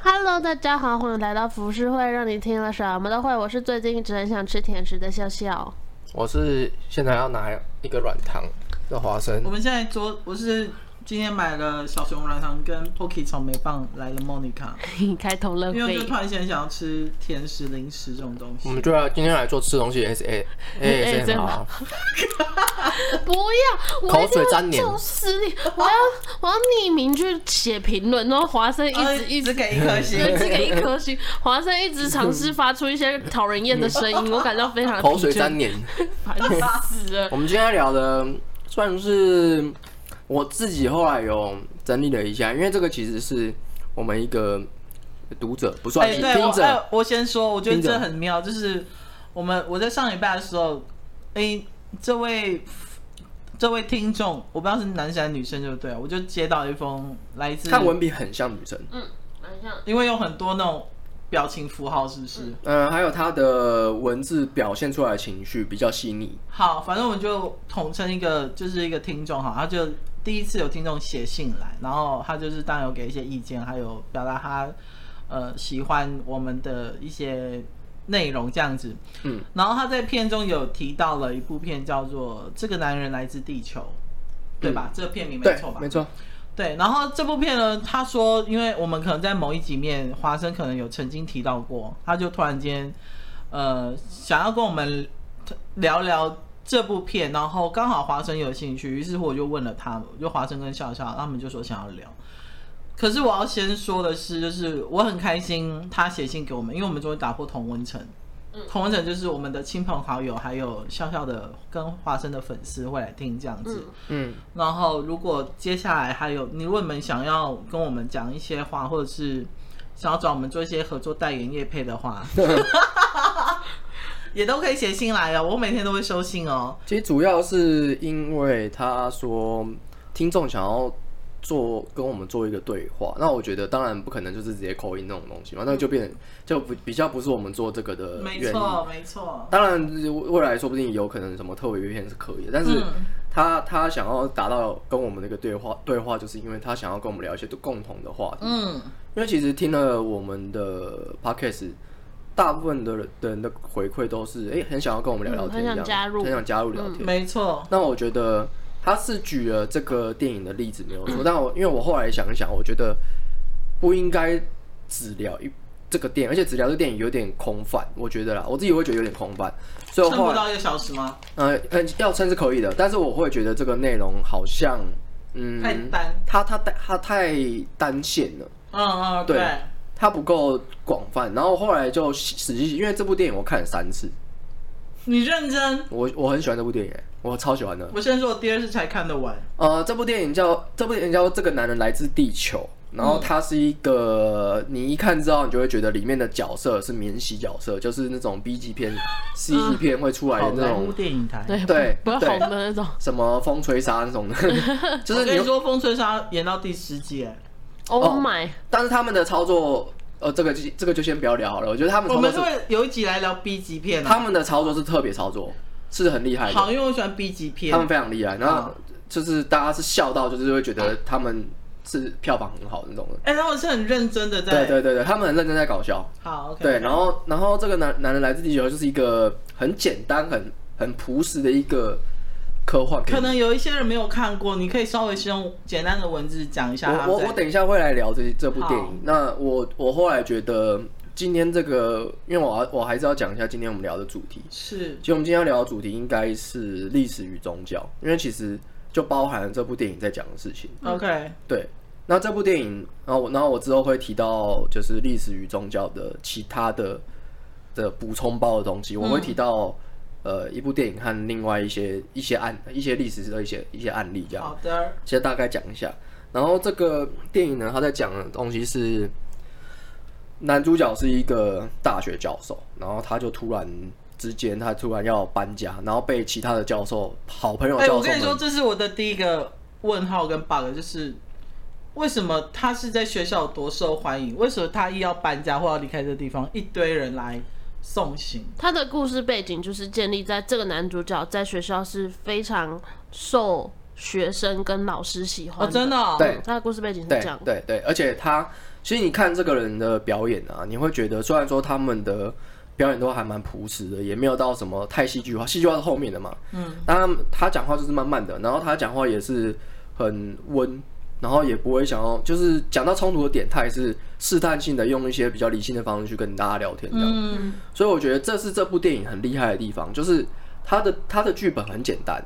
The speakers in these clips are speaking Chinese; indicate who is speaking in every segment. Speaker 1: Hello，大家好，欢迎来到服饰会，让你听了什么都会。我是最近一直很想吃甜食的笑笑。
Speaker 2: 我是现在要拿一个软糖的花生
Speaker 3: 我，们现在昨我是今天买了小熊软糖跟 Pocky 草莓棒来了 Monica，
Speaker 1: 开头乐
Speaker 3: 因为我就突然间想要吃甜食零食这种东
Speaker 2: 我
Speaker 3: 西。
Speaker 2: 们就要今天来做吃东西 S A
Speaker 3: 哎
Speaker 2: A S M R，
Speaker 1: 不要，我
Speaker 2: 口
Speaker 1: 一定
Speaker 2: 水
Speaker 1: 要
Speaker 2: 粘黏
Speaker 1: 揍死你！我要我要匿名去写评论，然后华生一
Speaker 3: 呃
Speaker 1: 直一直
Speaker 3: 只给 一颗星
Speaker 1: 对，只给一颗星。华生一直尝试发出一些讨人厌的声音，我感到非常的
Speaker 2: 口水
Speaker 1: 疲倦
Speaker 2: 粘黏。
Speaker 1: 烦死了。
Speaker 2: 我们今天要聊的算是我自己后来有整理了一下，因为这个其实是我们一个读者，不算
Speaker 3: 哎、
Speaker 2: 是
Speaker 3: 对，我
Speaker 2: 听
Speaker 3: 哎、
Speaker 2: 者，
Speaker 3: 我先说，我觉得
Speaker 2: 听着
Speaker 3: 这很妙，就是我们我在上礼拜的时候，哎、这位这位听众，我不知道是男生还是女生，就对啊了，我就接到一封来自，
Speaker 2: 看文笔很像女生。
Speaker 1: 嗯，蛮像。
Speaker 3: 因为有很多那种表情符号，是不是？
Speaker 2: 嗯，还有她的文字表现出来的情绪比较细腻，
Speaker 3: 好，反正我们就统称一个，就是一个听众哈，他就第一次有听众写信来，然后他就是当然有给一些意见，还有表达他呃喜欢我们的一些内容这样子。
Speaker 2: 嗯，
Speaker 3: 然后他在片中有提到了一部片叫做《这个男人来自地球》，对吧？这个片名没
Speaker 2: 嗯对
Speaker 3: 错吧，？
Speaker 2: 没错，
Speaker 3: 对，然后这部片呢，他说，因为我们可能在某一集面，华生可能有曾经提到过，他就突然间，呃，想要跟我们聊聊这部片，然后刚好华生有兴趣，于是乎我就问了他，就华生跟笑笑，他们就说想要聊。可是我要先说的是，就是我很开心他写信给我们，因为我们终于打破同温层。同温层就是我们的亲朋好友，还有笑笑的跟华生的粉丝会来听这样子。
Speaker 2: 嗯，
Speaker 3: 然后，如果接下来还有你，如果你们想要跟我们讲一些话，或者是想要找我们做一些合作代言业配的 话，也都可以写信来哦。我每天都会收信哦。
Speaker 2: 其实主要是因为他说听众想要做跟我们做一个对话，那我觉得当然不可能就是直接口音那种东西嘛，那就变就不比较不是我们做这个的
Speaker 3: 没
Speaker 2: 呃原因。
Speaker 3: 错，没错。
Speaker 2: 当然未来说不定有可能什么特别约片是可以的，但是
Speaker 3: 嗯
Speaker 2: 他、他想要达到跟我们的一个对话对话，就是因为他想要跟我们聊一些共同的话题。
Speaker 3: 嗯，
Speaker 2: 因为其实听了我们的 podcast，大部分的人的人的回馈都是哎、诶很想要跟我们聊聊
Speaker 1: 嗯
Speaker 2: 天
Speaker 1: 很
Speaker 2: 这
Speaker 1: 想
Speaker 2: 样，
Speaker 1: 加入嗯
Speaker 2: 很想加入聊天。
Speaker 3: 没错。
Speaker 2: 那我觉得他是举了这个电影的例子没有
Speaker 3: 嗯
Speaker 2: 错，但我因为我后来想一想，我觉得不应该只聊一这个电影，而且只聊这个电影有点空泛，我觉得啦，我自己会觉得有点空泛，所以我
Speaker 3: 撑
Speaker 2: 后
Speaker 3: 不
Speaker 2: 来
Speaker 3: 到一个小时吗？
Speaker 2: 呃呃要称是可以的，但是我会觉得这个内容好像嗯，
Speaker 3: 太单。
Speaker 2: 它它它太单线了。
Speaker 3: 嗯嗯，
Speaker 2: 对
Speaker 3: 对。
Speaker 2: 它不够广泛，然后后来就仔细，因为这部电影我看了三次，
Speaker 3: 你认真。
Speaker 2: 我我很喜欢这部电影，我超喜欢的。
Speaker 3: 我先说，我第二次才看得完。
Speaker 2: 呃，这部电影叫这部电影叫《这个男人来自地球》，然
Speaker 3: 嗯
Speaker 2: 后它是一个、你一看之后，你就会觉得里面的角色是免洗角色，就是那种 B 级片、C 级片会出
Speaker 3: 啊
Speaker 2: 来的哎那种、
Speaker 3: 电影台。
Speaker 1: 对
Speaker 2: 对
Speaker 1: 不要
Speaker 2: 对
Speaker 1: 红的那种。
Speaker 2: 什么风吹沙那 种的，就
Speaker 3: 我
Speaker 2: 是
Speaker 3: 跟
Speaker 2: 你
Speaker 3: 你说，《风吹沙》演到第十集，哎
Speaker 1: Oh
Speaker 2: 哦
Speaker 1: my！
Speaker 2: 但是他们的操作，呃，这个就这个就先不要聊好了。我觉得他们
Speaker 3: 我
Speaker 2: 操作
Speaker 3: 们
Speaker 2: 是
Speaker 3: 是会有一集来聊 B 级片啊
Speaker 2: 他。们的操作是特别操作，是很厉害的。
Speaker 3: 好，嗯因为我喜欢 B 级片
Speaker 2: 他。们非常厉害，然后就是大家是笑到，就是会觉得他们是票房很好的那种的。
Speaker 3: 哎、他们是很认真的在。
Speaker 2: 对对对对，他们很认真在搞笑。
Speaker 3: 好，OK。
Speaker 2: 对，然后然后这个男男人来自地球就是一个很简单、很很朴实的一个科幻片
Speaker 3: 可。能有一些人没有看过，你可以稍微先用简单的文字讲一下他
Speaker 2: 我我我
Speaker 3: 们在。
Speaker 2: 等一下会来聊这这部电
Speaker 3: 好
Speaker 2: 影。那我我后来觉得今天这个，因为我要我还是要讲一下今天我们聊的主题。
Speaker 3: 是
Speaker 2: 其实我们今天要聊的主题应该是历史与宗教，因为其实就包含了这部电影在讲的事情。
Speaker 3: OK，
Speaker 2: 对，那这部电影，然后我然后我之后会提到就是历史与宗教的其他的的补充包的东西，
Speaker 3: 嗯
Speaker 2: 我会提到、呃一部电影和另外一些一些案一些历史的一些一些案例这样，
Speaker 3: 好的，
Speaker 2: 先大概讲一下。然后这个电影呢，它在讲的东西是男主角是一个大学教授，然后他就突然。之间，他突然要搬家，然后被其他的教授、好朋友
Speaker 3: 哎、
Speaker 2: 教
Speaker 3: 我
Speaker 2: 授
Speaker 3: 跟
Speaker 2: 们
Speaker 3: 你说，这是我的第一个问号跟 bug，就是为什么他是在学校有多受欢迎？为什么他一要搬家或要离开这个地方，一堆人来送行？
Speaker 1: 他的故事背景就是建立在这个男主角在学校是非常受学生跟老师喜欢
Speaker 3: 哦，真的、哦，
Speaker 2: 对
Speaker 1: 他的故事背景是
Speaker 2: 对
Speaker 1: 这样，
Speaker 2: 对对，而且他其实你看这个人的表演啊，你会觉得虽然说他们的表演都还蛮朴实的，也没有到什么太戏剧化，戏剧化是后面的嘛。嗯，但他他讲话就是慢慢的，然后他讲话也是很温，然后也不会想要就是讲到冲突的点，他也是试探性的用一些比较理性的方式去跟大家聊天这样。
Speaker 3: 嗯，
Speaker 2: 所以我觉得这是这部电影很厉害的地方，就是他的他的剧本很简单，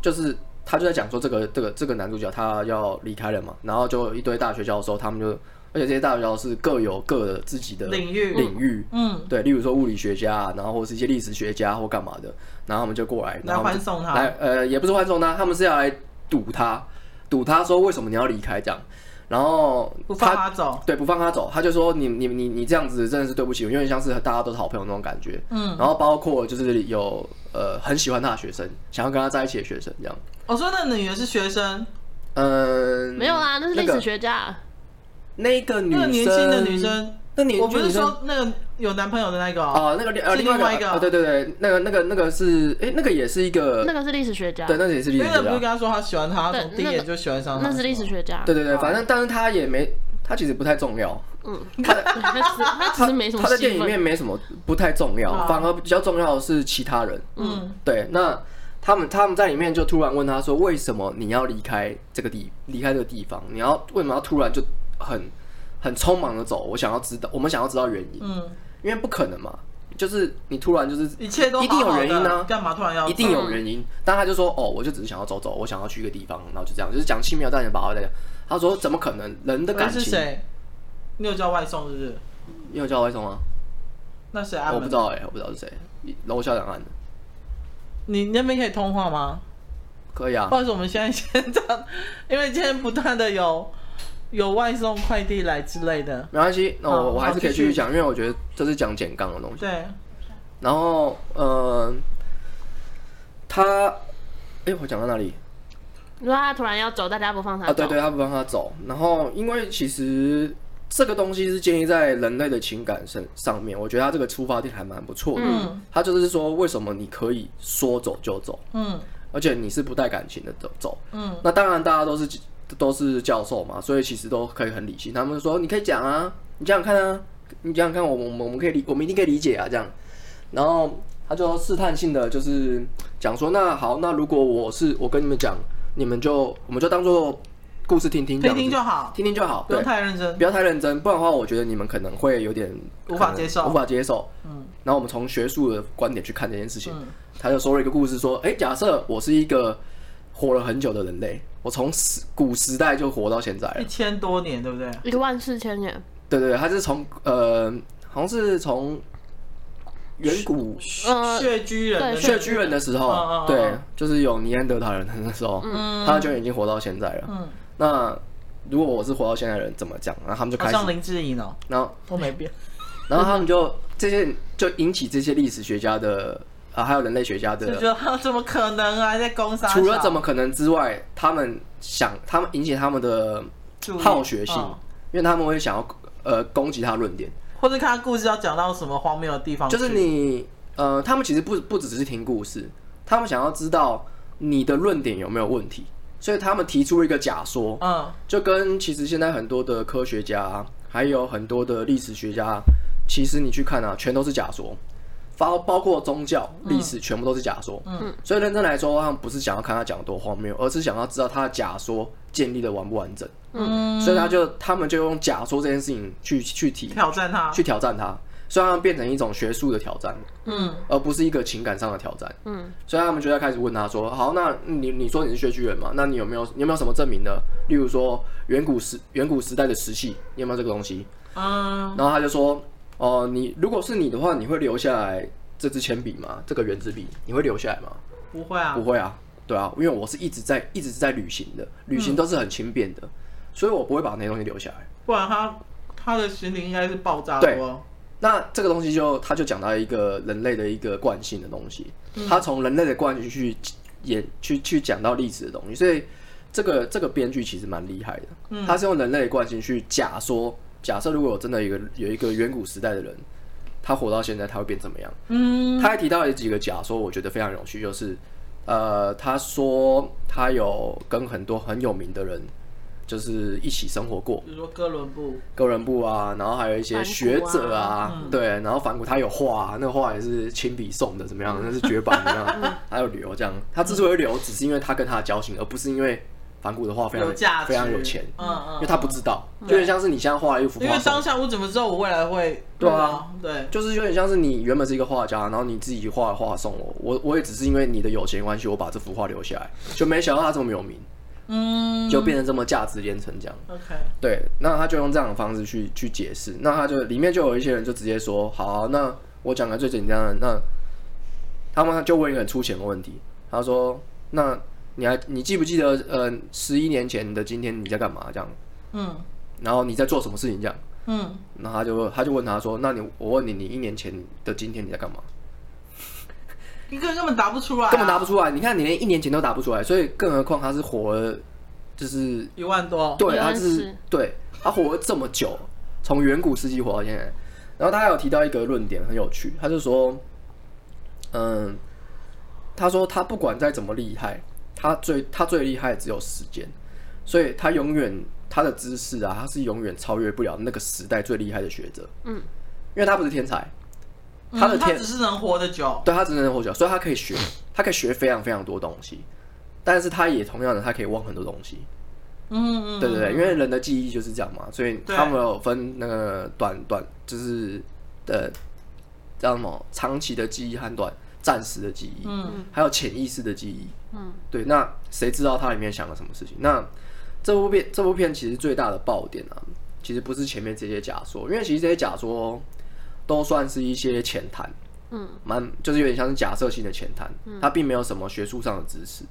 Speaker 2: 就是他就在讲说这个这个这个男主角他要离开了嘛，然后就一堆大学教授，他们就而且这些大学教授是各有各的自己的
Speaker 3: 领域
Speaker 2: 领域，
Speaker 3: 嗯，
Speaker 2: 对，例如说物理学家，啊然后或是一些历史学家啊或干嘛的，然后他们就过来，然
Speaker 3: 来
Speaker 2: 后他们
Speaker 3: 欢
Speaker 2: 就
Speaker 3: 送他，
Speaker 2: 来呃也不是欢送他，他们是要来堵他，堵他说为什么你要离开这样，然后
Speaker 3: 不放
Speaker 2: 他
Speaker 3: 他走。
Speaker 2: 对，不放他走，他就说你你你你这样子真的是对不起我，因为像是大家都是好朋友那种感觉。
Speaker 3: 嗯，
Speaker 2: 然后包括就是有呃很喜欢他的学生，想要跟他在一起的学生这样。
Speaker 3: 我说哦那女的是学生，
Speaker 2: 嗯，
Speaker 1: 没有啦，那是历
Speaker 2: 个
Speaker 1: 史学家。啊
Speaker 2: 那个女
Speaker 3: 那
Speaker 2: 生，
Speaker 3: 个年轻的女，生，
Speaker 2: 那年
Speaker 3: 我不
Speaker 2: 轻
Speaker 3: 是
Speaker 2: 女生
Speaker 3: 说那个有男朋友的那个哦，
Speaker 2: 啊，那个呃
Speaker 3: 是
Speaker 2: 另外
Speaker 3: 另外
Speaker 2: 一
Speaker 3: 一
Speaker 2: 个
Speaker 3: 个
Speaker 2: 啊，对对对，那个那个那个是哎，那个也是一个
Speaker 1: 那，个是历史学家，
Speaker 2: 对，那个也是历
Speaker 3: 因
Speaker 2: 史
Speaker 3: 为那
Speaker 2: 学
Speaker 3: 不是
Speaker 2: 家
Speaker 3: 跟。他说他喜欢他，
Speaker 1: 对
Speaker 3: 从第一
Speaker 1: 那个
Speaker 3: 眼就喜欢上他，
Speaker 1: 那是历史学家。
Speaker 2: 对对对，反正但是他也没，他其实不太重要。
Speaker 1: 嗯，
Speaker 2: 他的
Speaker 1: 他只他只是没什么
Speaker 2: 他在电
Speaker 1: 戏
Speaker 2: 影里
Speaker 1: 份。
Speaker 2: 面没什么不太重要，
Speaker 3: 啊
Speaker 2: 反而比较重要的是其他人。
Speaker 3: 嗯，
Speaker 2: 对，那他们他们在里面就突然问他说：“为什么你要离开这个地离开这个地方？你要为什么要突然就很很匆忙的走？我想要知道，我们想要知道原因，
Speaker 3: 嗯，
Speaker 2: 因为不可能嘛，就是你突然就是
Speaker 3: 一切都
Speaker 2: 一定有
Speaker 3: 好好的
Speaker 2: 原因啊
Speaker 3: 干嘛突然要
Speaker 2: 一定有原因。但他就说：哦，我就只是想要走走，我想要去一个地方，然后就这样，就是讲轻描淡写把话在讲。他说：怎么可能？人的
Speaker 3: 那
Speaker 2: 感
Speaker 3: 是
Speaker 2: 情，
Speaker 3: 谁？你有叫外送是不是？
Speaker 2: 你有叫外送吗？
Speaker 3: 那谁按
Speaker 2: 我不
Speaker 3: 门？
Speaker 2: 知道哎、我不知道是谁，楼下两岸的，
Speaker 3: 你那边可以通话吗？
Speaker 2: 可以啊
Speaker 3: 不。好意思，我们现在先这样，因为今天不断的有有外送快递来之类的。
Speaker 2: 没关系，那
Speaker 3: 好
Speaker 2: 我我还是可以继
Speaker 3: 好继续
Speaker 2: 续讲，因为我觉得这是讲简杠的东西。
Speaker 3: 对，
Speaker 2: 然后，呃，他，哎、我讲到哪里？
Speaker 1: 你说他突然要走，大家不放他
Speaker 2: 啊，
Speaker 1: 走。
Speaker 2: 对对，他不让他走。然后，因为其实这个东西是建立在人类的情感上上面，我觉得他这个出发点还蛮不错的。
Speaker 3: 嗯
Speaker 2: 他就是说，为什么你可以说走就走，
Speaker 3: 嗯
Speaker 2: 而且你是不带感情的走走？
Speaker 3: 嗯
Speaker 2: 那当然，大家都是都是教授嘛，所以其实都可以很理性。他们就说你可以讲啊，你讲讲看啊，你讲讲看，我们我们我们可以理，我们一定可以理解啊，这样。然后他就试探性的就是讲说，那好，那如果我是我跟你们讲，你们就我们就当做故事听听，这
Speaker 3: 听
Speaker 2: 样子
Speaker 3: 听就好，
Speaker 2: 听听就好，
Speaker 3: 不
Speaker 2: 对
Speaker 3: 用，太认真
Speaker 2: 不。要太认真，不然的话，我觉得你们可能会有点
Speaker 3: 无法
Speaker 2: 可能
Speaker 3: 接受
Speaker 2: 无法接受。
Speaker 3: 嗯
Speaker 2: 然后我们从学术的观点去看这件事情，
Speaker 3: 嗯
Speaker 2: 他就说了一个故事，说：“哎，假设我是一个活了很久的人类，我从时古时代就活到现在了
Speaker 3: 一。千多年，对不对？
Speaker 1: 一万四千年，”
Speaker 2: 对对对，他是从呃，好像是从远古
Speaker 1: 呃，
Speaker 3: 穴居人的那个，
Speaker 1: 对
Speaker 2: 穴居人的时候，
Speaker 3: 嗯嗯嗯
Speaker 2: 对
Speaker 3: 嗯，
Speaker 2: 就是有尼安德塔人的那时候，
Speaker 3: 嗯
Speaker 2: 他就已经活到现在了。
Speaker 3: 嗯，
Speaker 2: 那如果我是活到现在的人，怎么讲？然后他们就
Speaker 3: 好
Speaker 2: 开
Speaker 3: 像
Speaker 2: 始，
Speaker 3: 林志颖哦，
Speaker 2: 然后
Speaker 3: 都没变。
Speaker 2: 然后他们就这些就引起这些历史学家的啊，还有人类学家
Speaker 3: 就觉
Speaker 2: 的，
Speaker 3: 得哈怎么可能啊，在攻杀小？
Speaker 2: 除了怎么可能之外，他们想他们引起他们的
Speaker 3: 注意
Speaker 2: 好学性
Speaker 3: 嗯，
Speaker 2: 因为他们会想要呃攻击他论点，
Speaker 3: 或者看他故事要讲到什么荒谬的地方去，
Speaker 2: 就是你呃，他们其实不不只是听故事，他们想要知道你的论点有没有问题，所以他们提出一个假说，
Speaker 3: 嗯
Speaker 2: 就跟其实现在很多的科学家，还有很多的历史学家，其实你去看啊，全都是假说，包包括宗教、历史，全部都是假说。
Speaker 3: 嗯，
Speaker 2: 所以认真来说，他们不是想要看他讲得多荒谬，而是想要知道他的假说建立的完不完整。
Speaker 3: 嗯，
Speaker 2: 所以他就他们就用假说这件事情去去提
Speaker 3: 挑战他，
Speaker 2: 去挑战他，所以他们变成一种学术的挑战，
Speaker 3: 嗯
Speaker 2: 而不是一个情感上的挑战。
Speaker 1: 嗯，
Speaker 2: 所以他们就在开始问他说：“好，那你你说你是穴居人嘛？那你有没有你有没有什么证明呢？例如说远古时远古时代的石器，你有没有这个东西？”
Speaker 3: 嗯，
Speaker 2: 然后他就说：“哦、你如果是你的话，你会留下来这支铅笔吗？这个圆珠笔你会留下来吗？
Speaker 3: 不会啊
Speaker 2: 不，会啊，对啊，因为我是一直在一直在旅行的，旅行都是很轻便的，所以我不会把那些东西留下来。
Speaker 3: 不然他他的心灵应该是爆炸哦
Speaker 2: 对
Speaker 3: 多，
Speaker 2: 那这个东西就他就讲到一个人类的一个惯性的东西，他从人类的惯性去演去去讲到历史的东西，所以这个这个编剧其实蛮厉害的，他是用人类的惯性去假说，假设如果有真的有一个有一个远古时代的人，他活到现在他会变怎么样？
Speaker 3: 嗯
Speaker 2: 他还提到了几个假说，我觉得非常有趣，就是呃，他说他有跟很多很有名的人就是一起生活过，
Speaker 3: 比如说哥伦布，
Speaker 2: 哥伦布啊，然后还有一些学者
Speaker 1: 梵
Speaker 3: 嗯
Speaker 2: 啊，对，然后反骨他有画、啊，那画也是亲笔送的，怎么样？那
Speaker 3: 嗯
Speaker 2: 是绝版，怎么样？还有留 这样，他之所以留，只是因为他跟他的交情，而不是因为反骨的画非常
Speaker 3: 有价值
Speaker 2: 非常有钱，
Speaker 3: 嗯嗯，
Speaker 2: 因为他不知道，就有点像是你现在画了一幅
Speaker 3: 因
Speaker 2: 画
Speaker 3: 为
Speaker 2: 送，
Speaker 3: 当下我怎么知道我未来会
Speaker 2: 对啊
Speaker 3: 对
Speaker 2: 就是有点像是你原本是一个画家，然后你自己画的画送我，我我也只是因为你的有钱关系，我把这幅画留下来，就没想到他这么有名，
Speaker 3: 嗯
Speaker 2: 就变成这么价值连城这样。
Speaker 3: ，OK，
Speaker 2: 对，那他就用这样的方式去去解释，那他就里面就有一些人就直接说，好啊、那我讲个最简单的，那他们就问一个很粗浅的问题，他说，那你还你记不记得，呃，十一年前的今天你在干嘛这样，
Speaker 3: 嗯
Speaker 2: 然后你在做什么事情这样，
Speaker 3: 嗯，
Speaker 2: 然后他就他就问他说，那你我问你，你一年前的今天你在干嘛？
Speaker 3: 一个人根本答不出来啊，
Speaker 2: 根本答不出来，你看你连一年前都答不出来，所以更何况他是活了，就是
Speaker 3: 一万多，
Speaker 2: 对，
Speaker 1: 原
Speaker 2: 他
Speaker 1: 来
Speaker 2: 是
Speaker 1: 是
Speaker 2: 对，他活了这么久，从远古世纪活到现在。然后他还有提到一个论点很有趣，他就说，嗯，他说他不管再怎么厉害，他最他最厉害只有时间，所以他永远他的知识啊，他是永远超越不了那个时代最厉害的学者。
Speaker 1: 嗯，
Speaker 2: 因为他不是天才，
Speaker 3: 嗯
Speaker 2: 他的
Speaker 3: 他
Speaker 2: 天
Speaker 3: 只是能活得久，
Speaker 2: 对他只能活久，所以他可以学，他可以学非常非常多东西，但是他也同样的，他可以忘很多东西。
Speaker 3: 嗯嗯，
Speaker 2: 对对对，因为人的记忆就是这样嘛，所以
Speaker 3: 对
Speaker 2: 他们有分那个短短，就是呃，叫什么长期的记忆和短暂时的记忆，
Speaker 3: 嗯，
Speaker 2: 还有潜意识的记忆。
Speaker 1: 嗯，
Speaker 2: 对，那谁知道它里面想了什么事情？那这部片这部片其实最大的爆点啊，其实不是前面这些假说，因为其实这些假说都算是一些浅谈，
Speaker 1: 嗯，
Speaker 2: 蛮就是有点像是假设性的浅谈，它并没有什么学术上的知识。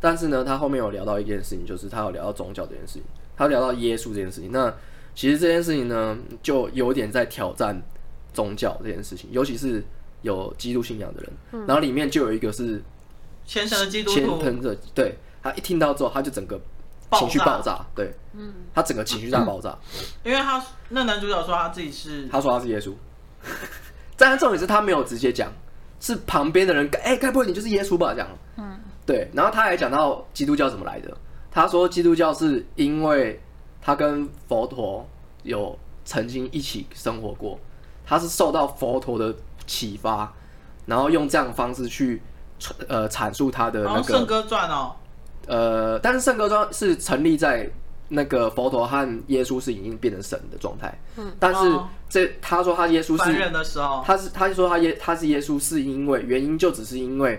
Speaker 2: 但是呢，他后面有聊到一件事情，就是他有聊到宗教这件事情，他有聊到耶稣这件事情。那其实这件事情呢，就有点在挑战宗教这件事情，尤其是有基督信仰的人。然后里面就有一个是
Speaker 3: 虔诚的基督
Speaker 2: 虔
Speaker 3: 徒，
Speaker 2: 诚者，对他一听到之后，他就整个
Speaker 3: 爆
Speaker 2: 情绪
Speaker 3: 炸
Speaker 2: 爆炸，对，他整个情绪大爆炸。
Speaker 3: 因为他那男主角说他自己是
Speaker 2: 他说他是耶稣，但是重点是他没有直接讲，是旁边的人，哎、该不会你就是耶稣吧？这样，嗯，对。然后他还讲到基督教怎么来的，他说基督教是因为他跟佛陀有曾经一起生活过，他是受到佛陀的启发，然后用这样的方式去传呃阐述他的
Speaker 3: 好
Speaker 2: 那
Speaker 3: 像《圣
Speaker 2: 个
Speaker 3: 歌传》哦，
Speaker 2: 呃，但是圣歌庄是成立在那个佛陀和耶稣是已经变成神的状态，嗯，但是
Speaker 3: 哦
Speaker 2: 这、他说他耶稣
Speaker 3: 凡
Speaker 2: 是
Speaker 3: 人的时候，
Speaker 2: 他是他就说他耶他是耶稣，是因为原因就只是因为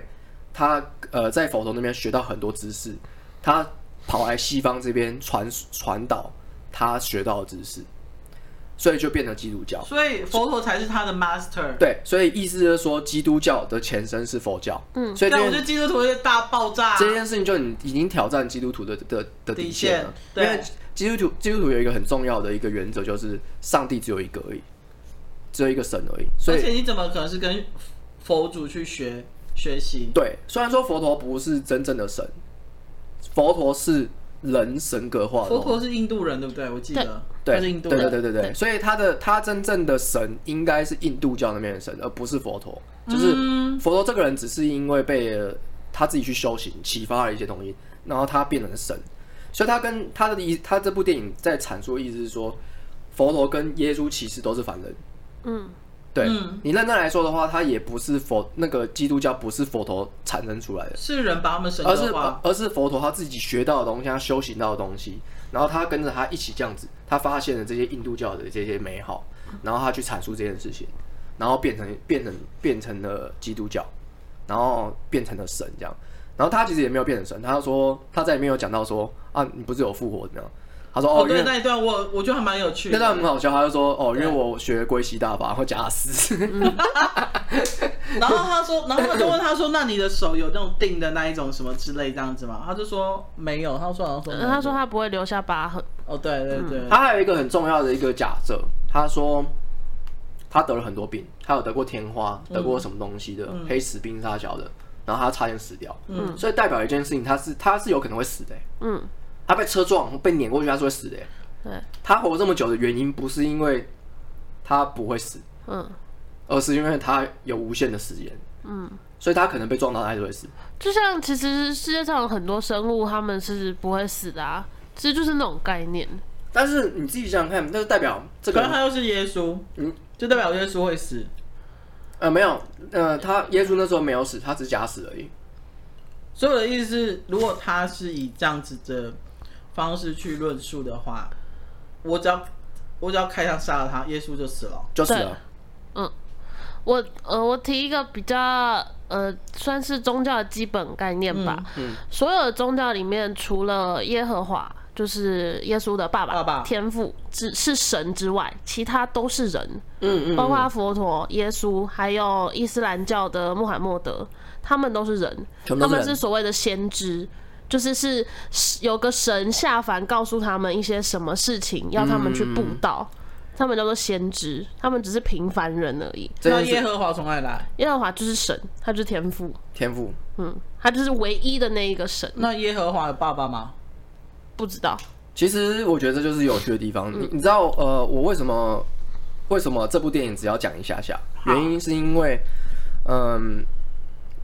Speaker 2: 他呃在佛陀那边学到很多知识，他跑来西方这边传传导他学到的知识，所以就变成基督教。
Speaker 3: 所以佛陀才是他的 master。
Speaker 2: 对，所以意思就是说，基督教的前身是佛教。嗯，所以这
Speaker 3: 但
Speaker 2: 件
Speaker 3: 我觉得基督徒是大爆炸，
Speaker 2: 这件事情就已已经挑战基督徒的的的底线了，
Speaker 3: 啊底线对
Speaker 2: 因为基督徒基督徒有一个很重要的一个原则，就是上帝只有一个而已，只有一个神而已。所
Speaker 3: 而
Speaker 2: 以
Speaker 3: 且你怎么可能是跟佛祖去学学习？
Speaker 2: 对，虽然说佛陀不是真正的神，佛陀是人神格化的
Speaker 3: 佛
Speaker 2: 东西，
Speaker 3: 陀是印度人，对不对？我记得
Speaker 2: 对
Speaker 3: 他是印度
Speaker 2: 对
Speaker 3: 人。
Speaker 2: 对对对对，所以他的他真正的神应该是印度教那边的神，而不是佛陀。就是
Speaker 3: 嗯
Speaker 2: 佛陀这个人只是因为被呃他自己去修行启发了一些东西，然后他变成了神。所以他跟他的意，他这部电影在阐述的意思是说，佛陀跟耶稣其实都是凡人。
Speaker 1: 嗯，
Speaker 2: 对、
Speaker 3: 嗯
Speaker 2: 你认真来说的话，他也不是佛那个基督教不是佛陀产生出来的，
Speaker 3: 是人把他们神
Speaker 2: 而是哦
Speaker 3: 格化。
Speaker 2: 而是佛陀他自己学到的东西，他修行到的东西，然后他跟着他一起这样子，他发现了这些印度教的这些美好，然后他去阐述这件事情，然后变成变成变成了基督教，然后变成了神这样，然后他其实也没有变成神，他说他在里面有讲到说啊，你不是有复活怎么样？他说
Speaker 3: 哦，
Speaker 2: 哦，因
Speaker 3: 对，
Speaker 2: 为
Speaker 3: 那一段我我觉得还蛮有趣的。
Speaker 2: 那段很好笑，他就说哦，因为我学龟息大法会假死，
Speaker 3: 然后他 说，然后他就问他说：“那你的手有那种钉的那一种什么之类这样子吗？”他就说没有，他说好像说没有
Speaker 1: 他说他不会留下疤痕，
Speaker 3: 哦，对对对，
Speaker 2: 他还有一个很重要的一个假设，他说他得了很多病，他有得过天花，
Speaker 1: 嗯
Speaker 2: 得过什么东西的、黑死病啥小的，然后他差点死掉。嗯，所以代表一件事情，他是他是有可能会死的、欸
Speaker 1: 嗯，
Speaker 2: 他被车撞被碾过去，他是会死的、欸
Speaker 1: 对，
Speaker 2: 他活这么久的原因不是因为他不会死，
Speaker 1: 嗯，
Speaker 2: 而是因为他有无限的时间。嗯，所以他可能被撞到，他还是会死。
Speaker 1: 就像其实世界上有很多生物，它们是不会死的啊，其实就是那种概念。
Speaker 2: 但是你自己想想看，那就代表这个
Speaker 3: 可
Speaker 2: 人
Speaker 3: 能他又是耶稣，
Speaker 2: 嗯
Speaker 3: 就代表耶稣会死。
Speaker 2: 呃没有呃，他耶稣那时候没有死，他只是假死而已。
Speaker 3: 所以我的意思是，如果他是以这样子的方式去论述的话，我只要我只要开枪杀了他，耶稣就死了。
Speaker 2: 就死了。
Speaker 1: 我呃，我提一个比较呃，算是宗教的基本概念吧。
Speaker 2: 嗯嗯
Speaker 1: 所有的宗教里面，除了耶和华，就是耶稣的爸爸、
Speaker 3: 爸爸
Speaker 1: 天父只是神之外，其他都是人，
Speaker 2: 嗯嗯，
Speaker 1: 包括佛陀、耶稣，还有伊斯兰教的穆罕默德，他们都是人，
Speaker 2: 全部
Speaker 1: 他
Speaker 2: 都
Speaker 1: 们
Speaker 2: 人
Speaker 1: 是所谓的先知。就是是有个神下凡告诉他们一些什么事情，要他们
Speaker 2: 嗯
Speaker 1: 去布道，他们叫做先知，他们只是平凡人而已。
Speaker 2: 这
Speaker 3: 那
Speaker 2: 件
Speaker 3: 耶
Speaker 2: 事
Speaker 3: 和华从哪里来？
Speaker 1: 耶和华就是神，他就是天赋，
Speaker 2: 天赋
Speaker 1: 嗯，他就是唯一的那一个神。
Speaker 3: 那耶和华有爸爸吗？
Speaker 1: 不知道，
Speaker 2: 其实我觉得这就是有趣的地
Speaker 3: 嗯
Speaker 2: 方。你你知道，呃，我为什么为什么这部电影只要讲一下下？
Speaker 3: 好
Speaker 2: 原因是因为，嗯，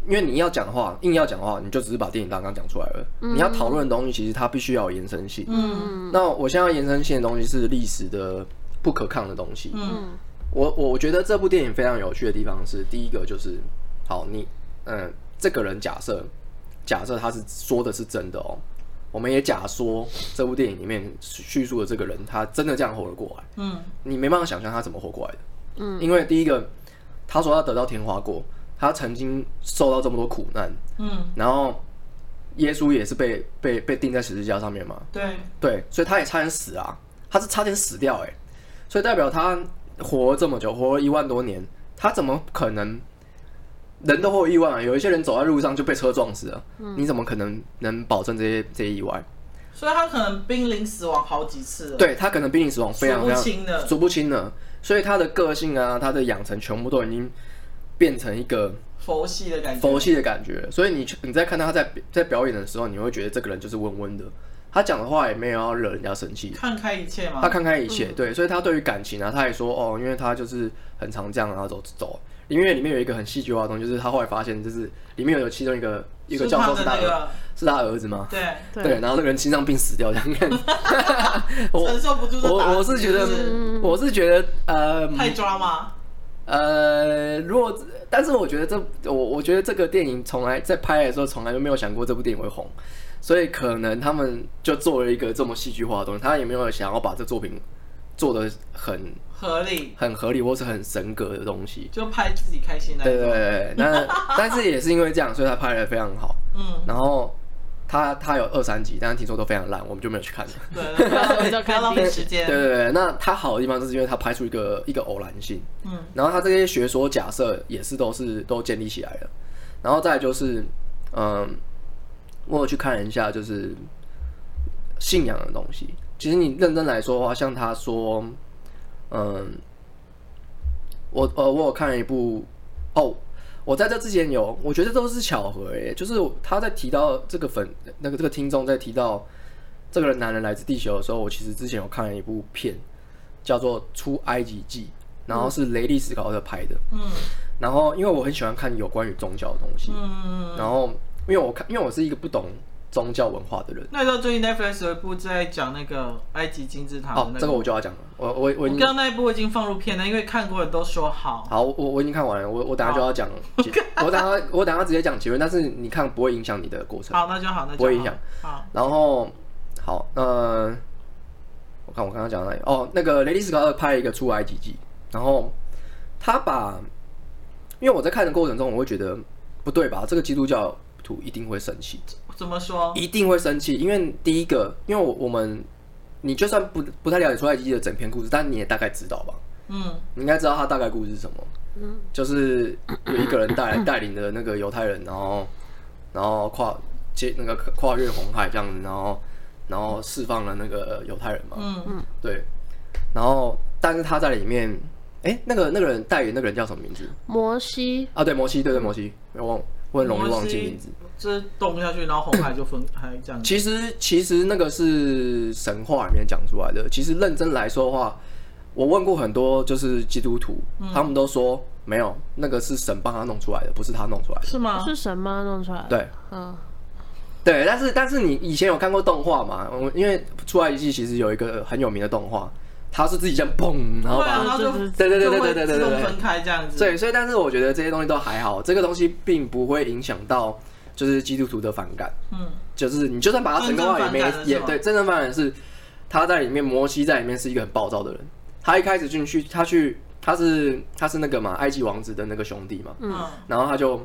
Speaker 2: 因为你要讲话，硬要讲话，你就只是把电影大纲讲出来了。你要讨论的东西，其实它必须要有延伸性。
Speaker 3: 嗯
Speaker 2: 那我现在要延伸性的东西是历史的不可抗的东西。
Speaker 3: 嗯
Speaker 2: 我我我觉得这部电影非常有趣的地方是，第一个就是，好，你嗯，这个人假设假设他是说的是真的哦，我们也假说这部电影里面叙述的这个人他真的这样活了过来，
Speaker 3: 嗯
Speaker 2: 你没办法想象他怎么活过来的，嗯，因为第一个他说他得到天花过，他曾经受到这么多苦难，
Speaker 3: 嗯，
Speaker 2: 然后耶稣也是被被被钉在十字架上面嘛，
Speaker 3: 对，
Speaker 2: 对，所以他也差点死啊，他是差点死掉哎、所以代表他活了这么久，活了一万多年，他怎么可能？人都会有意外嘛，啊有一些人走在路上就被车撞死了，你怎么可能能保证这些这些意外？
Speaker 3: 所以他可能濒临死亡好几次了。，
Speaker 2: 对他可能濒临死亡非常
Speaker 3: 数
Speaker 2: 非
Speaker 3: 不
Speaker 2: 常
Speaker 3: 清的
Speaker 2: 数不清的，所以他的个性啊，他的养成全部都已经变成一个
Speaker 3: 佛系的感觉。
Speaker 2: 佛系的感觉，所以你你在看到他在在表演的时候，你会觉得这个人就是温温的，他讲的话也没有要惹人家生气，
Speaker 3: 看开一切嘛
Speaker 2: 他。看开一
Speaker 3: 嗯
Speaker 2: 切，对，所以他对于感情啊，他也说哦，因为他就是很常这样，然后走走。因为里面有一个很戏剧化的东西，就是他后来发现，就是里面有其中一个一个
Speaker 3: 是
Speaker 2: 教
Speaker 3: 他
Speaker 2: 授
Speaker 3: 的
Speaker 2: 是他儿
Speaker 3: 那个，
Speaker 2: 是他儿子吗？
Speaker 3: 对，
Speaker 1: 对
Speaker 2: 对，然后那个人心脏病死掉，这样看。我
Speaker 3: 承受不住这打击
Speaker 2: 我我是觉得
Speaker 3: 就，
Speaker 2: 我是觉得，呃
Speaker 3: 太抓嘛。
Speaker 2: 呃，如果但是我觉得这我我觉得这个电影从来在拍的时候，从来就没有想过这部电影会红，所以可能他们就做了一个这么戏剧化的东西，他也没有想要把这作品做的很
Speaker 3: 合理，
Speaker 2: 很合理或是很神格的东西。
Speaker 3: 就拍自己开心的。
Speaker 2: 对对对对，那但是也是因为这样，所以他拍的非常好。
Speaker 3: 嗯，
Speaker 2: 然后他他有二三集，但是听说都非常烂，我们就没有去看了。
Speaker 3: 对，不要不要不要浪费时
Speaker 2: 对
Speaker 3: 间。
Speaker 2: 对对，那他好的地方就是因为他拍出一个一个偶然性，
Speaker 3: 嗯，
Speaker 2: 然后他这些学说假设也是都是都建立起来了，然后再来就是，嗯，我有去看了一下就是信仰的东西，其实你认真来说的话，像他说，嗯，我呃我有看了一部哦。我在这之前有，我觉得都是巧合耶，就是他在提到这个粉那个这个听众在提到这个男人来自地球的时候，我其实之前有看了一部片，叫做《出埃及记》，然后是雷利斯考特拍的。
Speaker 3: 嗯
Speaker 2: 然后因为我很喜欢看有关于宗教的东西，
Speaker 3: 嗯，
Speaker 2: 然后因为我看，因为我是一个不懂宗教文化的人。
Speaker 3: 那你知道最近 Netflix 有一部在讲那个埃及金字塔的
Speaker 2: 哦，
Speaker 3: 那
Speaker 2: 这个我就要讲了，我我我
Speaker 3: 我
Speaker 2: 已
Speaker 3: 刚
Speaker 2: 经
Speaker 3: 刚那一部已经放入片了，因为看过的都说好。
Speaker 2: 好，我我已经看完了，我我等下就要讲结，我等下我等下直接讲结论，但是你看不会影响你的过程。
Speaker 3: 好，那就好，那就好
Speaker 2: 不会影响。
Speaker 3: 好，
Speaker 2: 然后好，呃，我看我刚刚讲到哪里？哦，那个雷利斯考特拍了一个出埃及记，然后他把，因为我在看的过程中，我会觉得不对吧？这个基督教徒一定会生气，
Speaker 3: 怎么说？
Speaker 2: 一定会生气，因为第一个，因为我我们你就算不不太了解出埃及记的整篇故事，但你也大概知道吧？
Speaker 3: 嗯
Speaker 2: 你应该知道他大概故事是什么，就是有一个人带来带领的那个犹太人，然后然后跨接那个跨越红海这样子，然后然后释放了那个犹太人嘛，
Speaker 3: 嗯，
Speaker 2: 对，然后但是他在里面，哎、那个那个人代言那个人叫什么名字
Speaker 1: 摩西
Speaker 2: 啊？对，摩西，对对摩西，我忘，我很容易忘记名字。
Speaker 3: 这动下去，然后红海就分开这样。
Speaker 2: 其实其实那个是神话里面讲出来的。其实认真来说的话，我问过很多就是基督徒，
Speaker 3: 嗯
Speaker 2: 他们都说没有，那个是神帮他弄出来的，不是他弄出来的。
Speaker 3: 是吗？
Speaker 1: 是神吗？弄出来的？
Speaker 2: 对，
Speaker 1: 嗯，
Speaker 2: 对，但是但是你以前有看过动画吗？我因为出来一季其实有一个很有名的动画，它是自己这样砰，然后
Speaker 3: 对
Speaker 2: 把
Speaker 3: 啊，
Speaker 2: 它
Speaker 3: 它就
Speaker 2: 对对对对
Speaker 3: 就会
Speaker 2: 对对对
Speaker 3: 自
Speaker 2: 对
Speaker 3: 动
Speaker 2: 对
Speaker 3: 分开这样子。
Speaker 2: 对，所以但是我觉得这些东西都还好，这个东西并不会影响到就是基督徒的反感，
Speaker 3: 嗯，
Speaker 2: 就是你就算把它成功化也没
Speaker 3: 真正反感的是
Speaker 2: 也
Speaker 3: 吗
Speaker 2: 对，真正反感是他在里面摩西在里面是一个很暴躁的人，他一开始进去他去他是他是那个嘛埃及王子的那个兄弟嘛，
Speaker 3: 嗯，
Speaker 2: 然后他就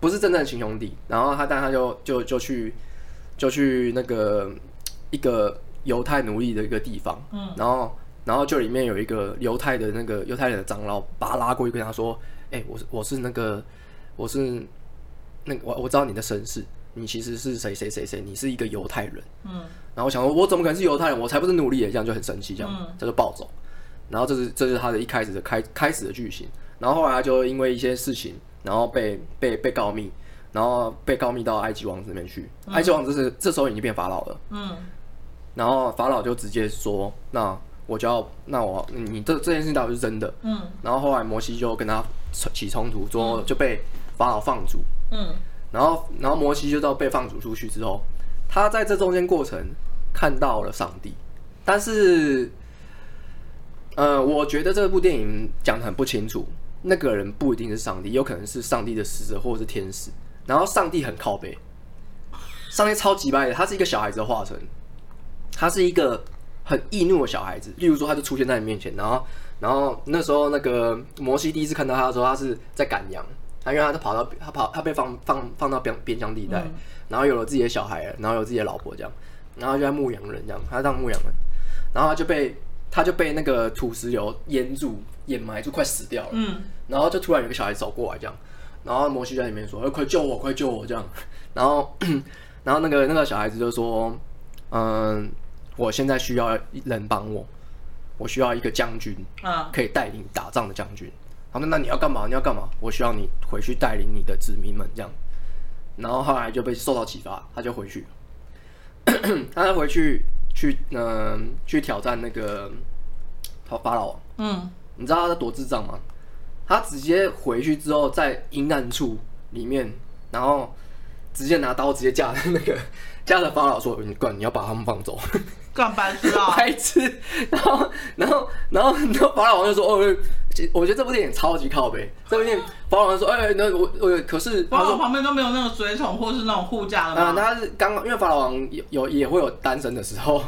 Speaker 2: 不是真正的亲兄弟，然后他但他就就就去就去那个一个犹太奴隶的一个地方，
Speaker 3: 嗯，
Speaker 2: 然后然后就里面有一个犹太的那个犹太人的长老把他拉过去跟他说，哎、我是我是那个我是那个我我知道你的身世，你其实是谁谁谁谁，你是一个犹太人，
Speaker 3: 嗯，
Speaker 2: 然后我想说我怎么可能是犹太人，我才不是奴隶耶，这样就很生气，这样、
Speaker 3: 嗯
Speaker 2: 他就暴走，然后这是这是他的一开始的开开始的剧情，然后后来他就因为一些事情，然后被被被告密，然后被告密到埃及王子那边去，埃及王子是这时候已经变法老了，
Speaker 3: 嗯，
Speaker 2: 然后法老就直接说，那我就要那我你这这件事情到底是真的，
Speaker 3: 嗯，
Speaker 2: 然后后来摩西就跟他起冲突，之后就被法老放逐，
Speaker 3: 嗯，
Speaker 2: 然后然后摩西就到被放逐出去之后，他在这中间过程看到了上帝，但是，呃，我觉得这部电影讲的很不清楚，那个人不一定是上帝，有可能是上帝的使者或者是天使，然后上帝很靠背，上帝超级白的，他是一个小孩子的化身，他是一个很易怒的小孩子。例如说，他就出现在你面前，然后，然后那时候那个摩西第一次看到他的时候，他是在赶羊，他因为他都跑到他跑他被放放放到边边疆地带，然后有了自己的小孩了，然后有自己的老婆这样，然后就在牧羊人这样，他当牧羊人，然后他就被他就被那个土石流淹住掩埋住，快死掉了。
Speaker 3: 嗯，
Speaker 2: 然后就突然有个小孩走过来这样，然后摩西在里面说：“哎、快救我，快救我！”这样，然后 然后那个那个小孩子就说：“嗯，我现在需要人帮我，我需要一个将军，
Speaker 3: 啊，
Speaker 2: 可以带领打仗的将军。”他说：“那你要干嘛？你要干嘛？我需要你回去带领你的子民们这样。”然后后来就被受到启发，他就回去 了，他就回去去嗯、去挑战那个法法老王。
Speaker 3: 嗯，
Speaker 2: 你知道他多智障吗？他直接回去之后，在阴暗处里面，然后直接拿刀直接架在那个架着法老说：“你管，你要把他们放走。”
Speaker 3: 干白痴 啊，
Speaker 2: 白痴。然后，然后，然后，然后法老王就说：“哦，这我觉得这部电影超级靠北。这部电影法老王说：‘哎、那我我可是他
Speaker 3: 包括
Speaker 2: 说
Speaker 3: 旁边都没有那个水桶或是那种护架
Speaker 2: 啊，
Speaker 3: 的吗？
Speaker 2: 他是刚刚因为法老王有有也会有单身的时 候，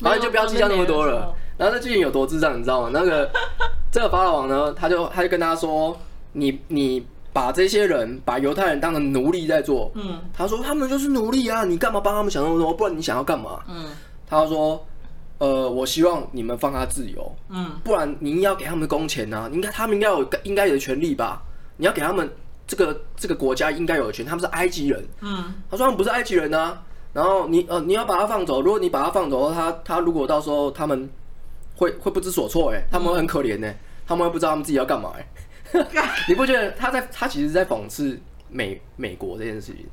Speaker 2: 然后就不要计较那么多了。然后那剧情有多智障，你知道吗？那 个这个法老王呢，他就他就跟他说，你你把这些人把犹太人当成奴隶在做，
Speaker 3: 嗯
Speaker 2: 他说他们就是奴隶啊，你干嘛帮他们想那么多？不然你想要干嘛？
Speaker 3: 嗯
Speaker 2: 他说，呃，我希望你们放他自由，
Speaker 3: 嗯
Speaker 2: 不然你要给他们工钱啊，你应该他们应该有应该有的权利吧？你要给他们这个这个国家应该有的权，他们是埃及人。
Speaker 3: 嗯
Speaker 2: 他说他们不是埃及人啊。然后你呃，你要把他放走。如果你把他放走，他他如果到时候他们会会不知所措、欸，他们会很可怜呢、他们会不知道他们自己要干嘛、欸， 你不觉得他在他其实在讽刺美美国这件事情？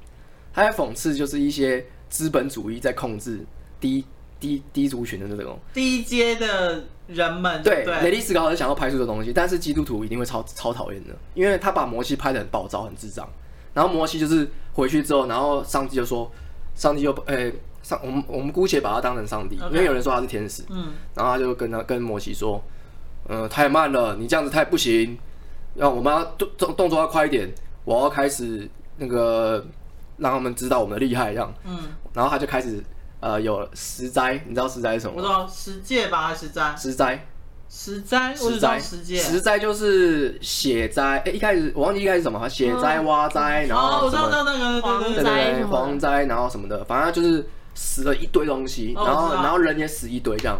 Speaker 2: 他在讽刺就是一些资本主义在控制低低低族群的那种。
Speaker 3: 低阶的人们，
Speaker 2: 对，雷
Speaker 3: 对，
Speaker 2: 利斯考特想要拍出的东西，但是基督徒一定会超超讨厌的，因为他把摩西拍的很暴躁、很智障。然后摩西就是回去之后，然后上帝就说，上帝就呃、上我们我们姑且把他当成上帝
Speaker 3: OK
Speaker 2: 因为有人说他是天使，
Speaker 3: 嗯
Speaker 2: 然后他就跟他跟摩西说，呃，太慢了，你这样子太不行，让我们要动动动作要快一点，我要开始那个让他们知道我们的厉害，这样。
Speaker 3: 嗯，
Speaker 2: 然后他就开始呃有十灾，你知道十灾是什么
Speaker 3: 我
Speaker 2: 吗？
Speaker 3: 懂，十戒吧还是十斋？
Speaker 2: 十灾。
Speaker 3: 十斋，哎我只
Speaker 2: 石
Speaker 3: 知道
Speaker 2: 灾，
Speaker 3: 十戒。
Speaker 2: 石灾就是血灾。哎、一开始我忘记一开始什么，血灾、蛙灾，然
Speaker 3: 哦，
Speaker 2: 后
Speaker 3: 我
Speaker 2: 什
Speaker 3: 知道，知
Speaker 2: 么，
Speaker 3: 道那个，对
Speaker 2: 对
Speaker 1: 蝗灾
Speaker 2: 对
Speaker 3: 对对，
Speaker 1: 什
Speaker 2: 对，
Speaker 1: 么
Speaker 2: 蝗灾，然后什么的，反正就是死了一堆东西，
Speaker 3: 哦
Speaker 2: 然
Speaker 3: 我
Speaker 2: 后
Speaker 3: 知道
Speaker 2: 然后人也死一堆这样。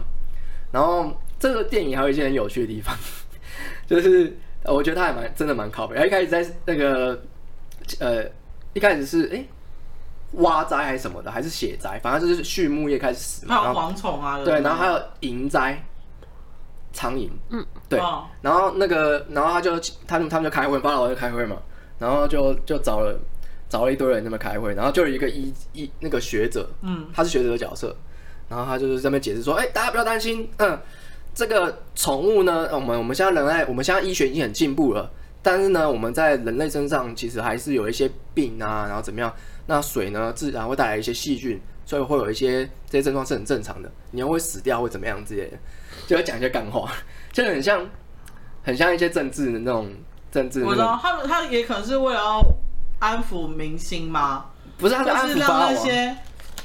Speaker 2: 然后这个电影还有一些很有趣的地方， 就是呃我觉得它还蛮真的蛮靠背。它一开始在那个呃，一开始是哎、蛙灾还是什么的，还是血灾，反正就是畜牧业开始死嘛，
Speaker 3: 还有
Speaker 2: 然后
Speaker 3: 蝗虫啊，
Speaker 2: 对，然后还有蝇灾，苍蝇，
Speaker 1: 嗯，
Speaker 2: 对。
Speaker 3: 哦
Speaker 2: 然后那个，然后他就他们他们就开会，巴老就开会嘛，然后就就找了找了一堆人在那边开会，然后就有一个医医那个学者，
Speaker 3: 嗯
Speaker 2: 他是学者的角色，然后他就是在那边解释说，哎、大家不要担心，嗯，这个宠物呢，我们我们现在人类，我们现在医学已经很进步了，但是呢，我们在人类身上其实还是有一些病啊，然后怎么样，那水呢自然会带来一些细菌，所以会有一些这些症状是很正常的，你又会死掉或怎么样之类的，就会讲一些干话， 就很像很像一些政治的那种政治的
Speaker 3: 我
Speaker 2: 那
Speaker 3: 知
Speaker 2: 种，
Speaker 3: 道他们他也可能是为了要安抚民心嘛，
Speaker 2: 不是他
Speaker 3: 就
Speaker 2: 在安
Speaker 3: 是
Speaker 2: 抚
Speaker 3: 让
Speaker 2: 法老
Speaker 3: 那
Speaker 2: 啊，
Speaker 3: 些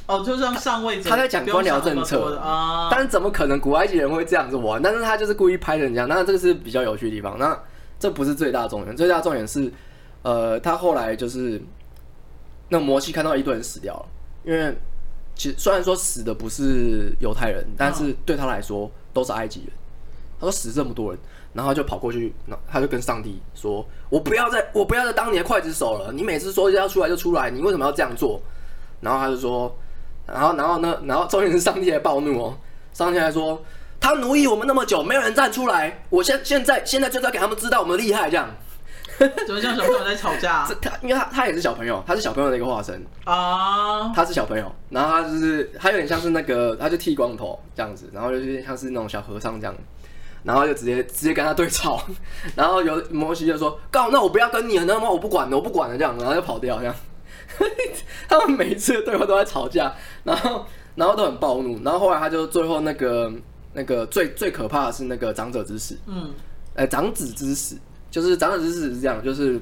Speaker 3: 哦，就让上位者
Speaker 2: 他在讲官僚政策
Speaker 3: 不用想那么多的啊，
Speaker 2: 但是怎么可能古埃及人会这样子玩？但是他就是故意拍成这样，那这个是比较有趣的地方。那这不是最大重点，最大重点是，呃，他后来就是那摩西看到一堆人死掉了，因为其实虽然说死的不是犹太人，但是对他来说都是埃及人。他说死这么多人，然后他就跑过去，那他就跟上帝说：“我不要再，我不要再当你的刽子手了。你每次说要出来就出来，你为什么要这样做？”然后他就说，然后然后呢，然后重点是上帝还暴怒哦，上帝还说他奴役我们那么久，没有人站出来，我现现在现在就是要给他们知道我们厉害这样。
Speaker 3: 怎么像小朋友在吵 架
Speaker 2: 这他因为他他也是小朋友，他是小朋友的一个化身，
Speaker 3: 啊？
Speaker 2: 他是小朋友，然后他就是他有点像是那个，他就剃光头这样子，然后就是像是那种小和尚这样，然后就直接直接跟他对吵， 然后有摩西就说：“告，那我不要跟你了，那么我不管了，我不管了这样，然后就跑掉这样。 他们每一次的对话都在吵架，然后然后都很暴怒，然后后来他就最后那个那个最最可怕的是那个长者之死，
Speaker 3: 嗯，
Speaker 2: 呃，长子之死，就是长子之死是这样，就是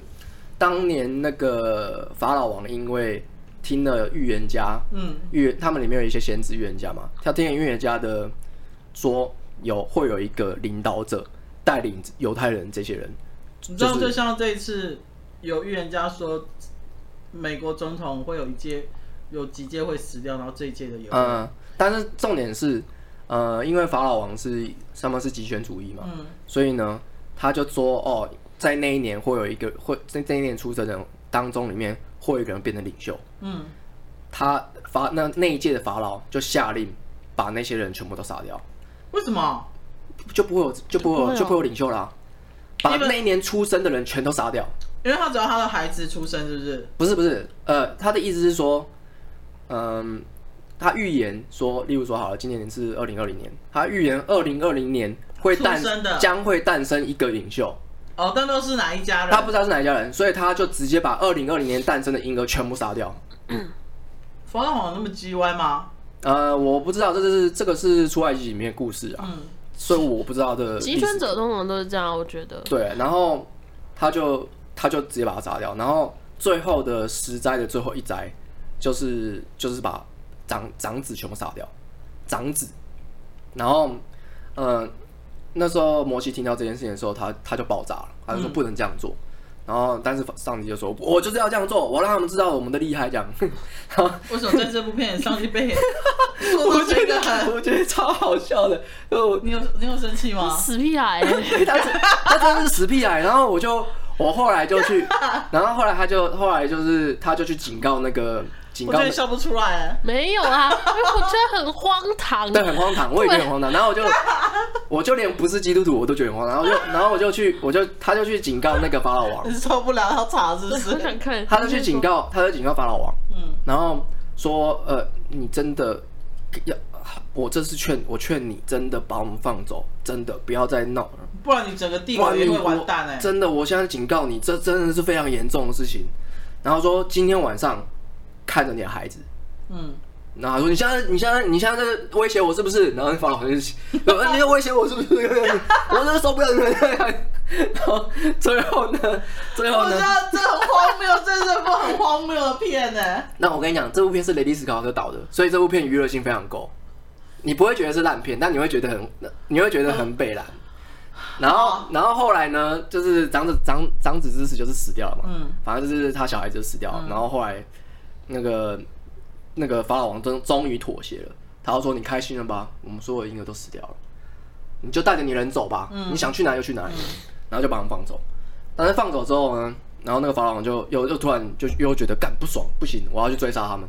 Speaker 2: 当年那个法老王因为听了预言家，
Speaker 3: 嗯，
Speaker 2: 预言他们里面有一些先知预言家嘛，他听了预言家的说有会有一个领导者带领犹太人这些人，
Speaker 3: 你知道，
Speaker 2: 就
Speaker 3: 就是像这一次有预言家说，美国总统会有一届有几届会死掉，然后这一届的有，
Speaker 2: 嗯，但是重点是，呃，因为法老王是他们是极权主义嘛，
Speaker 3: 嗯，
Speaker 2: 所以呢，他就说哦，在那一年会有一个会在那一年出生的人当中里面会有一个人变成领袖。
Speaker 3: 嗯，
Speaker 2: 他法那那一届的法老就下令把那些人全部都杀掉，
Speaker 3: 为什么？
Speaker 2: 就不会有就不
Speaker 1: 就不
Speaker 2: 会
Speaker 1: 会
Speaker 2: 有
Speaker 1: 有
Speaker 2: 就不会有领袖啦、把
Speaker 3: 因为
Speaker 2: 那一年出生的人全都杀掉。
Speaker 3: 因为他只要他的孩子出生，是不是？
Speaker 2: 不是不是，呃，他的意思是说，嗯，他预言说，例如说好了，今年是二零二零年，他预言二零二零年会诞
Speaker 3: 出生的
Speaker 2: 将会诞生一个领袖，
Speaker 3: 哦，但都是哪一家人？
Speaker 2: 他不知道是哪一家人，所以他就直接把二零二零年诞生的婴儿全部杀掉。
Speaker 3: 冯小红有那么叽歪吗？
Speaker 2: 呃，我不知道，这是这个是出埃及里面的故事啊，
Speaker 3: 嗯，
Speaker 2: 所以我不知道的。
Speaker 1: 集权者通常都是这样，我觉得。
Speaker 2: 呃对，然后他就他就直接把它砸掉，然后最后的十灾的最后一灾，就是就是把长长子全部杀掉，长子，然后嗯、呃那时候摩西听到这件事情的时候，他他就爆炸了，他就说不能这样做。然后，但是上帝就说：“我就是要这样做，我让他们知道我们的厉害。”这样， 然后
Speaker 3: 为什么在这部片上去被 说
Speaker 2: 我
Speaker 3: 的这
Speaker 2: 觉
Speaker 3: 个
Speaker 2: 得
Speaker 3: 很？
Speaker 2: 我觉得超好笑的。然后我
Speaker 3: 你有你有生气
Speaker 2: 啊
Speaker 3: 吗？
Speaker 1: 死屁哎孩、
Speaker 2: 对 他真他真的是死屁孩。然后我就我后来就去，然后后来他就后来就是他就去警告那个警
Speaker 3: 我
Speaker 2: 告
Speaker 3: 觉
Speaker 2: 那
Speaker 3: 得笑不出来。 欸
Speaker 1: 没有啊，因为我觉得很荒唐。
Speaker 2: 对，很荒唐，我也觉得很荒唐。然后我就我就连不是基督徒我都觉得很荒唐。然后我就然后我就去我就他就去警告那个法老王
Speaker 3: 你，是受不了要查是不
Speaker 1: 我想
Speaker 3: 是？
Speaker 1: 看。
Speaker 2: 他就去警告他就警告法老王，
Speaker 3: 嗯，
Speaker 2: 然后说呃你真的要我这次劝我劝你真的把我们放走，真的不要再闹了。
Speaker 3: 不然你整个帝
Speaker 2: 哇
Speaker 3: 国
Speaker 2: 你
Speaker 3: 也会
Speaker 2: 我
Speaker 3: 完蛋哎、
Speaker 2: 真的，我现在警告你，这真的是非常严重的事情。然后说今天晚上看着你的孩子，
Speaker 3: 嗯，
Speaker 2: 然后他说你现在你现在你现在在威胁我是不是？然后法老王就呃你在威胁我是不是？我真的受不了你们。然后最后呢，最后
Speaker 3: 我
Speaker 2: 呢
Speaker 3: 觉，得这很荒谬，这是部很荒谬的片欸呢、
Speaker 2: 那我跟你讲，这部片是雷迪斯考克导的，所以这部片娱乐性非常够。你不会觉得是烂片，但你会觉得很，你会觉得很北蓝。然后，然后后来呢，就是长子长长子之死就是死掉了嘛，
Speaker 3: 嗯，
Speaker 2: 反正就是他小孩就死掉了。然后后来那个那个法老王终终于妥协了，他就说：“你开心了吧？我们所有的婴儿都死掉了，你就带着你人走吧，
Speaker 3: 嗯
Speaker 2: 你想去哪就去哪里。然后就把他们放走。但是放走之后呢，然后那个法老王就又又突然就又觉得干不爽，不行，我要去追杀他们，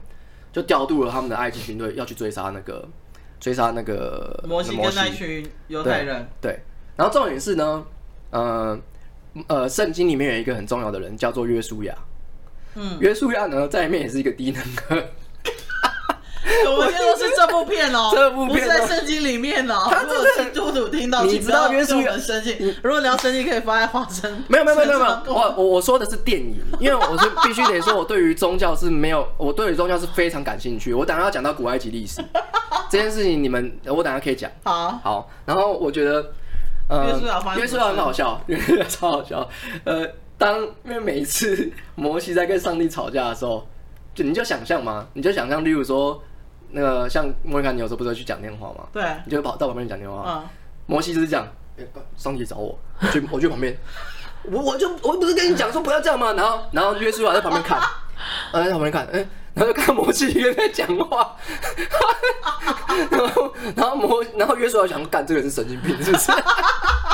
Speaker 2: 就调度了他们的埃及军队要去追杀那个追杀那个
Speaker 3: 摩西
Speaker 2: 摩
Speaker 3: 跟那群犹太人，
Speaker 2: 对，然后重点是呢，呃呃，圣经里面有一个很重要的人叫做约书亚，
Speaker 3: 嗯，
Speaker 2: 约书亚呢在里面也是一个低能儿，
Speaker 3: 我们说的是这部片哦，
Speaker 2: 这部片哦
Speaker 3: 不是在圣经里面哦。
Speaker 2: 他
Speaker 3: 如
Speaker 2: 真的
Speaker 3: 果基督徒听到，
Speaker 2: 你
Speaker 3: 请
Speaker 2: 知道
Speaker 3: 不要
Speaker 2: 约书
Speaker 3: 对
Speaker 2: 亚
Speaker 3: 我们生气。如果聊生气，可以放在花生。
Speaker 2: 没有没有没有 没有没
Speaker 3: 身上
Speaker 2: 有，我我我说的是电影，因为我是必须得说，我对于宗教是没有， 我对于宗教是非常感兴趣。我等下要讲到古埃及历史这件事情，你们我等下可以讲。
Speaker 3: 好，
Speaker 2: 好，然后我觉得，呃
Speaker 3: 约书亚发生什么事
Speaker 2: 约书亚很好笑， 约书亚超好笑。呃，当因为每一次摩西在跟上帝吵架的时候，就你就想象嘛，你就想象，例如说，那个像莫妮卡，你有时候不是会去讲电话吗？
Speaker 3: 对，
Speaker 2: 你就会跑到旁边去讲电话。
Speaker 3: 嗯，
Speaker 2: 摩西就是这样，欸上帝找我，我去 我去旁边，我我就我不是跟你讲说不要这样吗？然后然后约书亚在旁边 看，呃在旁边看，哎、然后就看摩西一个人在讲话， 然后然后摩然后约书亚想说干这个人是神经病是不是？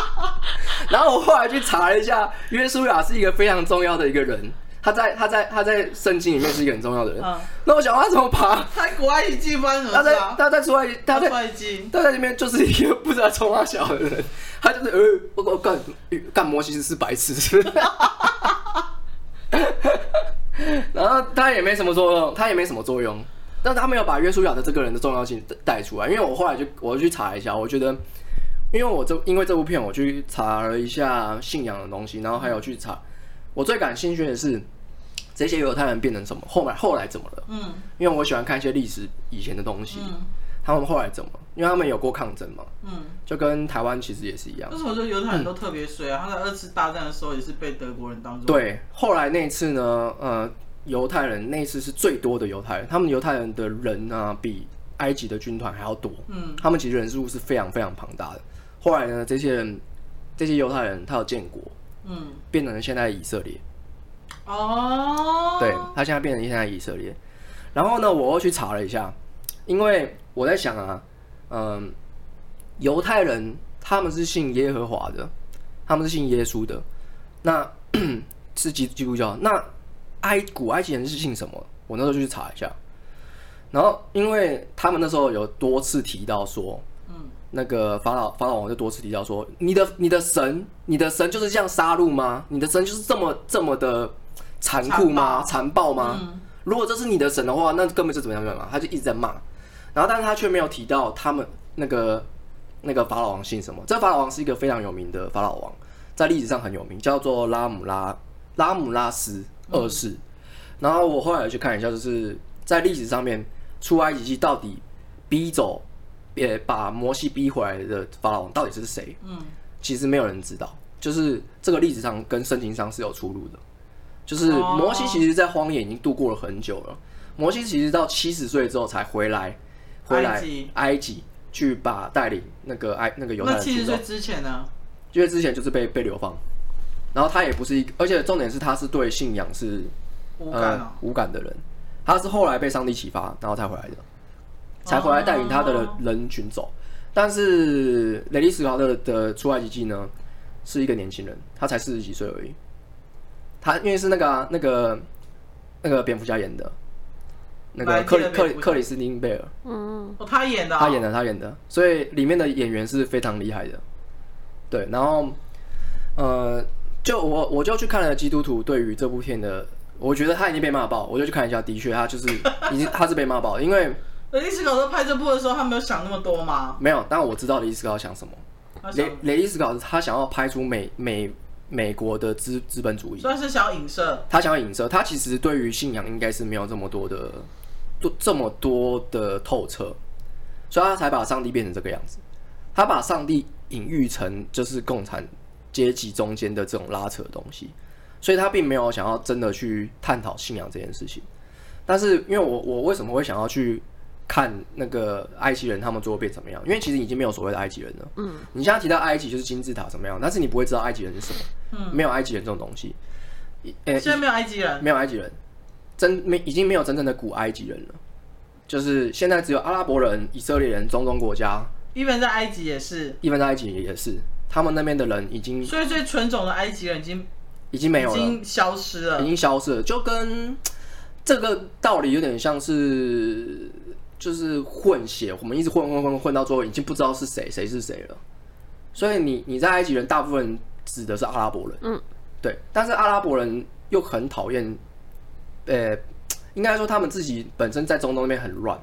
Speaker 2: 然后我后来去查了一下，约书亚是一个非常重要的一个人，他在他在他在圣经里面是一个很重要的人
Speaker 3: 嗯。
Speaker 2: 那、我想他怎么爬？
Speaker 3: 他国外一季发生什
Speaker 2: 他
Speaker 3: 么
Speaker 2: 在
Speaker 3: 事啊？
Speaker 2: 他在出来他在
Speaker 3: 国外一季，
Speaker 2: 他在里面就是一个不知道冲他啊小的人，他就是呃，我我干干摩西是白痴， 然后他也没什么作用，他也没什么作用，但他没有把约书亚的这个人的重要性带出来，因为我后来就我去查一下，我觉得。因为我这因为这部片，我去查了一下信仰的东西，然后还有去查，我最感兴趣的是这些犹太人变成什么，后来后来怎么了？
Speaker 3: 嗯
Speaker 2: 因为我喜欢看一些历史以前的东西，
Speaker 3: 嗯
Speaker 2: 他们后来怎么？因为他们有过抗争嘛，
Speaker 3: 嗯。
Speaker 2: 就跟台湾其实也是一样
Speaker 3: 为。什么说犹太人都特别衰啊？他在二次大战的时候也是被德国人当做，
Speaker 2: 对，后来那一次呢，呃，犹太人那一次是最多的犹太人，他们犹太人的人啊，比埃及的军团还要多，
Speaker 3: 嗯
Speaker 2: 他们其实人数是非常非常庞大的。后来呢，这些人，这些犹太人，他有建国，
Speaker 3: 嗯，
Speaker 2: 变成了现在的以色列。
Speaker 3: 哦，
Speaker 2: 对他现在变成现在以色列。然后呢，我又去查了一下，因为我在想啊，嗯，犹太人他们是信耶和华的，他们是信耶稣的，那 是基基督教。那埃古埃及人是信什么？我那时候就去查一下，然后因为他们那时候有多次提到说，
Speaker 3: 嗯，
Speaker 2: 那个法老法老王就多次提到说，你的你的神，你的神就是这样杀戮吗？你的神就是这么这么的残酷吗？残暴吗？
Speaker 3: 嗯
Speaker 2: 如果这是你的神的话，那根本就怎么样怎么样嘛，他就一直在骂，然后但是他却没有提到他们那个那个法老王姓什么。这法老王是一个非常有名的法老王，在历史上很有名，叫做拉姆拉拉姆拉斯二世。然后我后来有去看一下，就是在历史上面，出埃及记到底逼走，也把摩西逼回来的法老王到底是谁？
Speaker 3: 嗯，
Speaker 2: 其实没有人知道，就是这个历史上跟圣经上是有出入的。就是
Speaker 3: 哦
Speaker 2: 摩西其实，在荒野已经度过了很久了。摩西其实到七十岁之后才回来，回来
Speaker 3: 埃及
Speaker 2: 埃及去把带领那个埃那个犹太
Speaker 3: 那
Speaker 2: 人
Speaker 3: 七十
Speaker 2: 出走
Speaker 3: 岁，之前呢？
Speaker 2: 因为之前就是被被流放，然后他也不是一个，而且重点是他是对信仰是
Speaker 3: 无感哦
Speaker 2: 呃、，无感的人，他是后来被上帝启发，然后才回来的，才回来带领他的
Speaker 3: 哦
Speaker 2: 人群走。但是雷利·史考特的出埃及记呢，是一个年轻人，他才四十几岁而已。他因为是那个啊、那个那个蝙蝠侠演的，那
Speaker 3: 白
Speaker 2: 个
Speaker 3: 夜
Speaker 2: 克里克里
Speaker 3: 的蝙蝠侠
Speaker 2: 克里斯汀贝尔，
Speaker 1: 嗯，
Speaker 3: 哦，他演的啊，
Speaker 2: 呃他演的，他演的，所以里面的演员是非常厉害的。对，然后呃，就我我就去看了基督徒对于这部片的，我觉得他已经被骂爆，我就去看一下，的确他就是已经他是被骂爆的，因为
Speaker 3: 雷利斯考特拍这部的时候，他没有想那么多吗？
Speaker 2: 没有，但我知道雷伊斯考想什么，
Speaker 3: 他想
Speaker 2: 雷，雷伊斯考他想要拍出美美美国的资资本主义，
Speaker 3: 算是想要影射，
Speaker 2: 他想要影射，他其实对于信仰应该是没有这么多的多这么多的透彻，所以他啊才把上帝变成这个样子。他把上帝隐喻成就是共产阶级中间的这种拉扯的东西，所以他并没有想要真的去探讨信仰这件事情。但是因为我我为什么会想要去看那个埃及人他们最后变怎么样？因为其实已经没有所谓的埃及人了。嗯，你现在提到埃及就是金字塔怎么样，但是你不会知道埃及人是什么，
Speaker 3: 嗯
Speaker 2: 没有埃及人这种东西。呃
Speaker 3: 现在没有埃及人，
Speaker 2: 没有埃及人，真没已经没有真正的古埃及人了，就是现在只有阿拉伯人、以色列人、中东国家，
Speaker 3: 一本在埃及也是，
Speaker 2: 一般在埃及也是，他们那边的人已经
Speaker 3: 所以最纯种的埃及人已经
Speaker 2: 已经嗯没有
Speaker 3: 已
Speaker 2: 了，
Speaker 3: 经消失
Speaker 2: 已
Speaker 3: 了，
Speaker 2: 经消失了，就跟这个道理有点像是就是混血，我们一直混混混混到最后已经不知道是谁谁是谁了，所以你你在埃及人大部分指的是阿拉伯人，
Speaker 1: 嗯，
Speaker 2: 对，但是阿拉伯人又很讨厌，呃，应该说他们自己本身在中东那边很乱，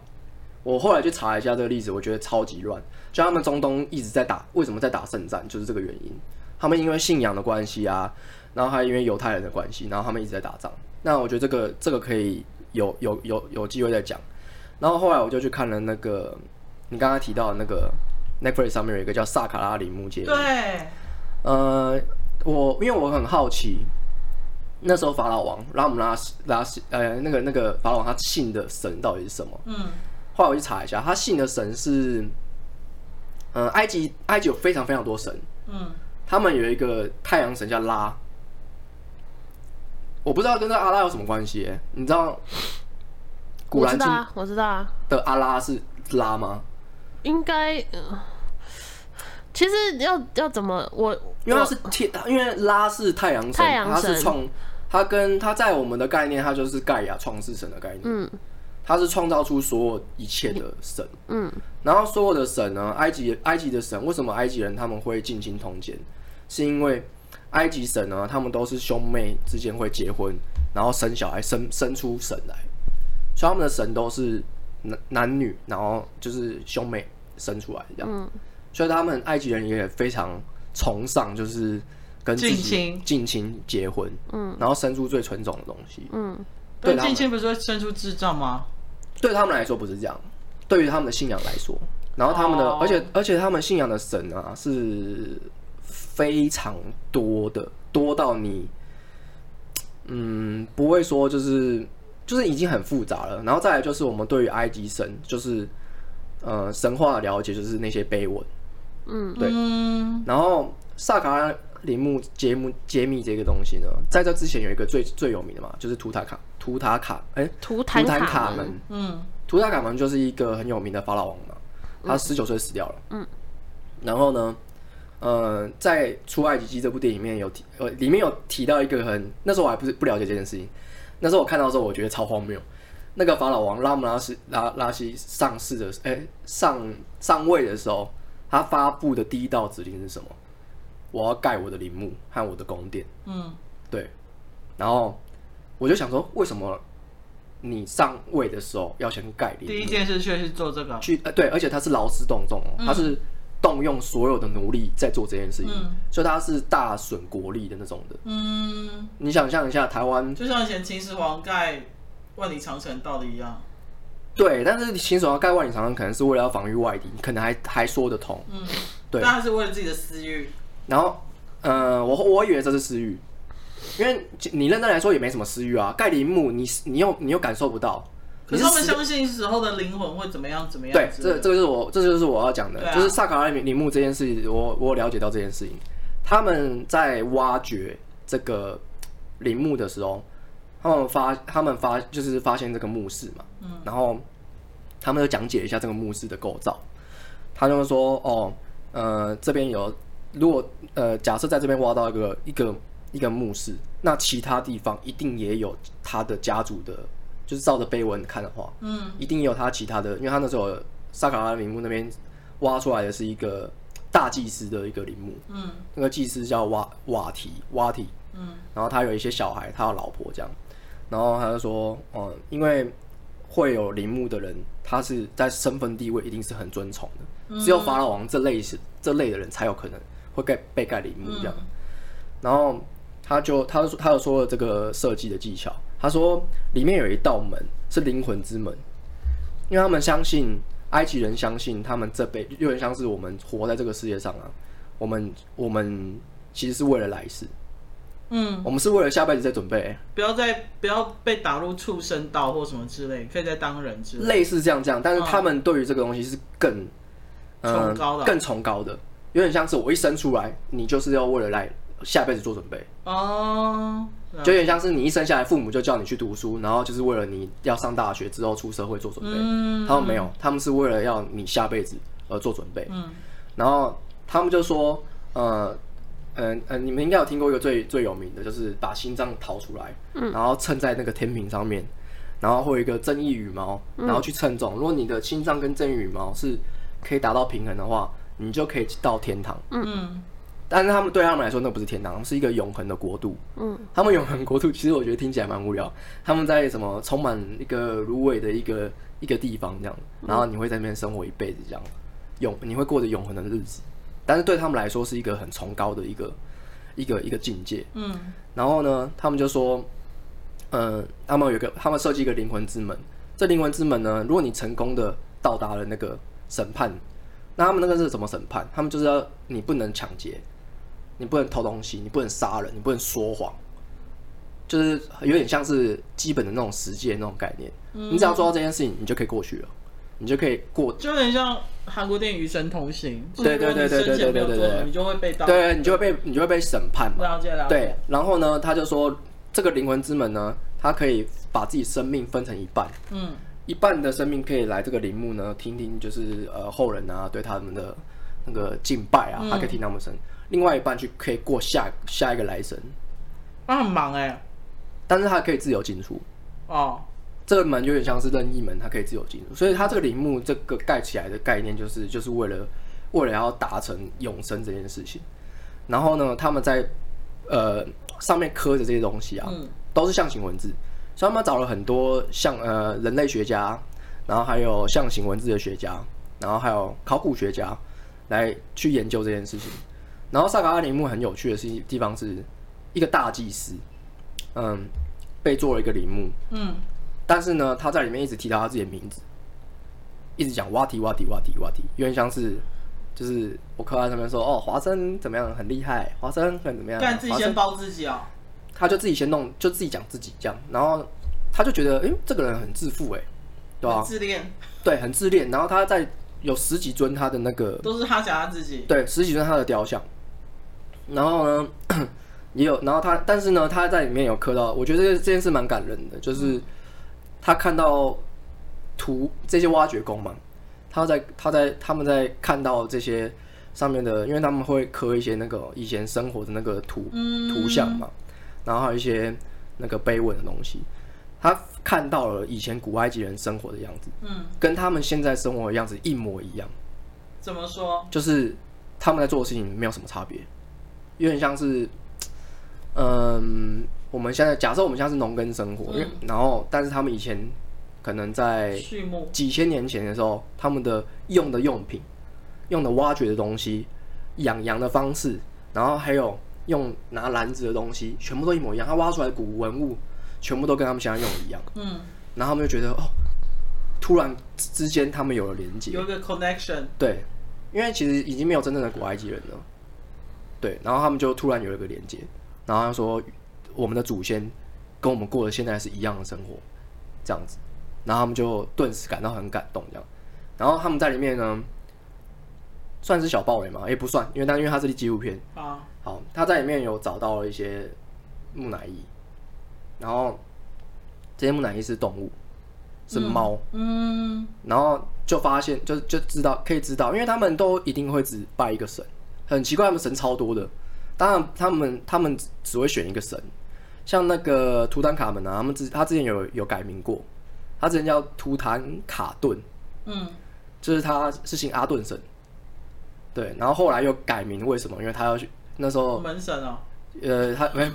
Speaker 2: 我后来去查一下这个例子，我觉得超级乱。就他们中东一直在打，为什么在打圣战？就是这个原因。他们因为信仰的关系啊，然后还因为犹太人的关系，然后他们一直在打仗。那我觉得这个这个可以有有有有机会再讲。然后后来我就去看了那个你刚刚提到的那个 Netflix 上面有一个叫《萨卡拉陵墓街》。
Speaker 3: 对，
Speaker 2: 呃，我因为我很好奇，那时候法老王拉姆拉斯拉斯呃那个那个法老王他信的神到底是什么？
Speaker 3: 嗯，
Speaker 2: 后来我去查一下，他信的神是，呃，埃及埃及有非常非常多神，
Speaker 3: 嗯，
Speaker 2: 他们有一个太阳神叫拉，我不知道跟这阿拉有什么关系、欸你知道古
Speaker 1: 我知
Speaker 2: 兰
Speaker 1: 道
Speaker 2: 经
Speaker 1: 啊，我知道啊，
Speaker 2: 的阿拉是拉吗？
Speaker 1: 应该、呃其实要要怎么我
Speaker 2: 因为
Speaker 1: 我
Speaker 2: 它是天，因为拉是太阳神，
Speaker 1: 太阳
Speaker 2: 它是
Speaker 1: 神
Speaker 2: 创，它跟它在我们的概念，它就是盖亚创世神的概念，
Speaker 1: 嗯
Speaker 2: 它是创造出所有一切的神。
Speaker 1: 嗯
Speaker 2: 然后所有的神呢，埃及埃及的神，为什么埃及人他们会近亲通奸？是因为埃及神呢，他们都是兄妹之间会结婚，然后生小孩，生生出神来，所以他们的神都是男男女，然后就是兄妹生出来这样。
Speaker 1: 嗯
Speaker 2: 所以他们埃及人也非常崇尚，就是跟自己
Speaker 3: 近亲
Speaker 2: 近亲结婚，
Speaker 1: 嗯
Speaker 2: 然后生出最纯种的东西。
Speaker 1: 嗯，
Speaker 2: 对
Speaker 3: 但
Speaker 2: 他们
Speaker 3: 近亲不是会生出智障吗？
Speaker 2: 对他们来说不是这样，对于他们的信仰来说，然后他们的，
Speaker 3: 哦
Speaker 2: 而且而且他们信仰的神啊是非常多的，多到你，嗯，不会说就是就是已经很复杂了。然后再来就是我们对于埃及神，就是呃神话的了解，就是那些碑文。对
Speaker 3: 嗯，
Speaker 2: 然后萨卡拉陵墓揭幕揭秘这个东西呢，在这之前有一个最最有名的嘛，就是图塔卡图塔卡哎、
Speaker 1: 图
Speaker 2: 图
Speaker 1: 坦
Speaker 2: 坦
Speaker 1: 卡
Speaker 2: 门，
Speaker 3: 嗯，
Speaker 2: 图坦卡门就是一个很有名的法老王嘛，他十九岁死掉了。嗯，然后呢，呃，在《出埃及记》这部电影里面有提，呃，里面有提到一个很，那时候我还不是不了解这件事情，那时候我看到的时候，我觉得超荒谬。那个法老王拉姆拉西拉拉西上市的，哎、上上位的时候，他发布的第一道指令是什么？我要盖我的陵墓和我的宫殿。
Speaker 3: 嗯，
Speaker 2: 对，然后我就想说，为什么你上位的时候要先盖陵墓？
Speaker 3: 第一件事却是做这个，
Speaker 2: 去呃对，而且他是劳师动众哦，他是动用所有的奴隶在做这件事情，
Speaker 3: 嗯
Speaker 2: 所以他是大损国力的那种的。
Speaker 3: 嗯，
Speaker 2: 你想象一下，台湾
Speaker 3: 就像以前秦始皇盖万里长城道理一样，
Speaker 2: 对，但是秦始皇盖万里长城可能是为了要防御外敌，可能还还说得通。
Speaker 3: 嗯，
Speaker 2: 对
Speaker 3: 但他是为了自己的私欲，
Speaker 2: 然后，呃，我我以为这是私欲，因为你认真来说也没什么私欲啊。盖陵墓，你你又你又感受不到，
Speaker 3: 可
Speaker 2: 你
Speaker 3: 是他们
Speaker 2: 死
Speaker 3: 相信时候的灵魂会怎么样怎么样
Speaker 2: 对，
Speaker 3: 之类
Speaker 2: 这
Speaker 3: 的，
Speaker 2: 这就是我，这就是我要讲的，
Speaker 3: 对啊
Speaker 2: 就是萨卡拉陵墓这件事情，我我有了解到这件事情，他们在挖掘这个陵墓的时候，他们发他们发就是发现这个墓室嘛，
Speaker 3: 嗯
Speaker 2: 然后他们就讲解一下这个墓室的构造，他就说哦，呃，这边有如果呃假设在这边挖到一个一个一个墓室，那其他地方一定也有他的家族的，就是照着碑文看的话，
Speaker 3: 嗯，
Speaker 2: 一定有他其他的，因为他那时候萨卡拉陵墓那边挖出来的是一个大祭司的一个陵墓，
Speaker 3: 嗯
Speaker 2: 那个祭司叫瓦瓦提瓦提，
Speaker 3: 嗯
Speaker 2: 然后他有一些小孩，他有老婆这样，然后他就说，嗯，因为会有陵墓的人，他是在身份地位一定是很尊崇
Speaker 3: 嗯
Speaker 2: 的，只有法老王这类是这类的人才有可能会盖被盖陵墓这样。然后他就他就说他就说了这个设计的技巧，他说里面有一道门是灵魂之门，因为他们相信埃及人相信他们这辈有点像是我们活在这个世界上啊，我们我们其实是为了来世，
Speaker 3: 嗯，
Speaker 2: 我们是为了下辈子在准备，
Speaker 3: 不要再不要被打入畜生道或什么之类，可以再当人之类，
Speaker 2: 类似这样这样，但是他们对于这个东西是更呃
Speaker 3: 崇高的
Speaker 2: 更崇高的，有点像是我一生出来，你就是要为了来下辈子做准备，
Speaker 3: 哦，
Speaker 2: 就有点像是你一生下来，父母就叫你去读书，然后就是为了你要上大学之后出社会做准备。
Speaker 3: 嗯
Speaker 2: 他们没有，他们是为了要你下辈子而做准备。
Speaker 3: 嗯
Speaker 2: 然后他们就说，呃，嗯、呃，你们应该有听过一个最最有名的，就是把心脏掏出来，然后称在那个天平上面，然后会有一个正义羽毛，然后去称重。如果你的心脏跟正义羽毛是可以达到平衡的话，你就可以到天堂。
Speaker 3: 嗯
Speaker 2: 但是他们对他们来说，那不是天堂，是一个永恒的国度。嗯，他们永恒国度，其实我觉得听起来蛮无聊。他们在什么充满一个芦苇的一个一个地方这样，然后你会在那边生活一辈子这样，永你会过着永恒的日子。但是对他们来说，是一个很崇高的一个一个一个境界。
Speaker 3: 嗯，
Speaker 2: 然后呢，他们就说，嗯，他们有一个，他们设计一个灵魂之门。这灵魂之门呢，如果你成功的到达了那个审判，那他们那个是怎么审判？他们就是要你不能抢劫，你不能偷东西，你不能杀人，你不能说谎，就是有点像是基本的那种实践那种概念。你只要做到这件事情，你就可以过去了，你就可以过
Speaker 3: 嗯就有点像韩国电影《与神同行》，
Speaker 2: 对对对对对对对对
Speaker 3: 不是说你生前没有做什么你就会被盗。
Speaker 2: 对，你就会被你就会被审判嘛。
Speaker 3: 了解了解。
Speaker 2: 对，然后呢，他就说这个灵魂之门呢，它可以把自己生命分成一半，
Speaker 3: 嗯，
Speaker 2: 一半的生命可以来这个陵墓呢，听听就是呃后人啊对他们的那个敬拜啊，他可以听他们声；另外一半去可以过下下一个来生，
Speaker 3: 那很忙哎、
Speaker 2: 但是他可以自由进出。
Speaker 3: 哦，
Speaker 2: 这个门有点像是任意门，它可以自由进入，所以它这个陵墓这个盖起来的概念就是就是为了为了要达成永生这件事情。然后呢，他们在呃上面刻的这些东西啊，
Speaker 3: 嗯
Speaker 2: 都是象形文字，所以他们找了很多像呃人类学家，然后还有象形文字的学家，然后还有考古学家来去研究这件事情。然后萨卡拉陵墓很有趣的是地方是一个大祭司，嗯，被做了一个陵墓，
Speaker 3: 嗯，
Speaker 2: 但是呢，他在里面一直提到他自己的名字，一直讲哇提哇提哇提哇提，有点像是就是我课外上面说哦，华生怎么样很厉害，华生很怎么样，
Speaker 3: 干自己
Speaker 2: 华
Speaker 3: 先
Speaker 2: 啊生
Speaker 3: 包自己哦。
Speaker 2: 他就自己先弄，就自己讲自己这样，然后他就觉得诶，这个人很自负诶，欸对啊吧、
Speaker 3: 很自恋
Speaker 2: 对，很自恋，然后他在有十几尊他的那个
Speaker 3: 都是他想他自己。
Speaker 2: 对，十几尊他的雕像。然后呢， 也有，然后他，但是呢，他在里面有刻到，我觉得这这件事蛮感人的，
Speaker 3: 嗯
Speaker 2: 就是他看到图这些挖掘工嘛，他在他在他们在看到这些上面的，因为他们会刻一些那个以前生活的那个图
Speaker 3: 嗯
Speaker 2: 图像嘛，然后还有一些那个碑文的东西，他看到了以前古埃及人生活的样子，
Speaker 3: 嗯，
Speaker 2: 跟他们现在生活的样子一模一样。
Speaker 3: 怎么说？
Speaker 2: 就是他们在做的事情没有什么差别，有点像是，嗯，我们现在假设我们现在是农耕生活，因为然后但是他们以前可能在
Speaker 3: 畜牧。
Speaker 2: 几千年前的时候，他们的用的用品、用的挖掘的东西、养羊的方式，然后还有用拿篮子的东西，全部都一模一样。他挖出来的古文物，全部都跟他们现在用的一样，
Speaker 3: 嗯，
Speaker 2: 然后他们就觉得哦，突然之之间他们有了连接，
Speaker 3: 有一个 connection。
Speaker 2: 对，因为其实已经没有真正的古埃及人了。对，然后他们就突然有一个连接，然后他说我们的祖先跟我们过的现在是一样的生活，这样子，然后他们就顿时感到很感动，这样。然后他们在里面呢，算是小暴雷嘛，也不算，因为但因为它是纪录片，
Speaker 3: 啊，
Speaker 2: 好，他在里面有找到了一些木乃伊，然后这些木乃伊是动物，是猫，
Speaker 3: 嗯，
Speaker 2: 然后就发现，就就知道可以知道，因为他们都一定会只拜一个神，很奇怪，他们神超多的，当然他们他们只会选一个神，像那个图坦卡门啊，他们之他之前有有改名过，他之前叫图坦卡顿，
Speaker 3: 嗯，
Speaker 2: 就是他是姓阿顿神，对，然后后来又改名，为什么？因为他要去那时候
Speaker 3: 门神哦，
Speaker 2: 呃，他没，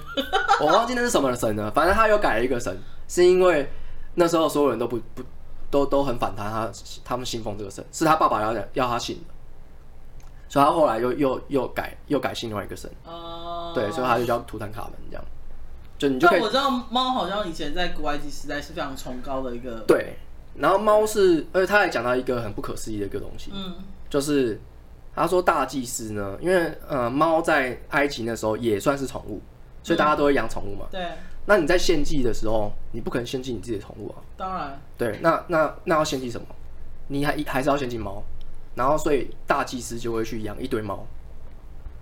Speaker 2: 我忘记那是什么神了。反正他又改了一个神，是因为那时候所有人都不不都都很反弹他，他们信奉这个神，是他爸爸要要他信的，所以他后来又又又改又改信另外一个神，
Speaker 3: 哦，
Speaker 2: 对，所以他就叫图坦卡门这样，就你就可
Speaker 3: 但
Speaker 2: 以
Speaker 3: 我知道猫好像以前在古埃及时代是非常崇高的一个，
Speaker 2: 对。然后猫是，而且他还讲到一个很不可思议的一个东西，
Speaker 3: 嗯
Speaker 2: 就是他说大祭司呢，因为呃猫在埃及那时候也算是宠物，所以大家都会养宠物嘛。
Speaker 3: 对，
Speaker 2: 那你在献祭的时候，你不可能献祭你自己的宠物啊。
Speaker 3: 当然，
Speaker 2: 对，那那那要献祭什么？你还还是要献祭猫，然后所以大祭司就会去养一堆猫，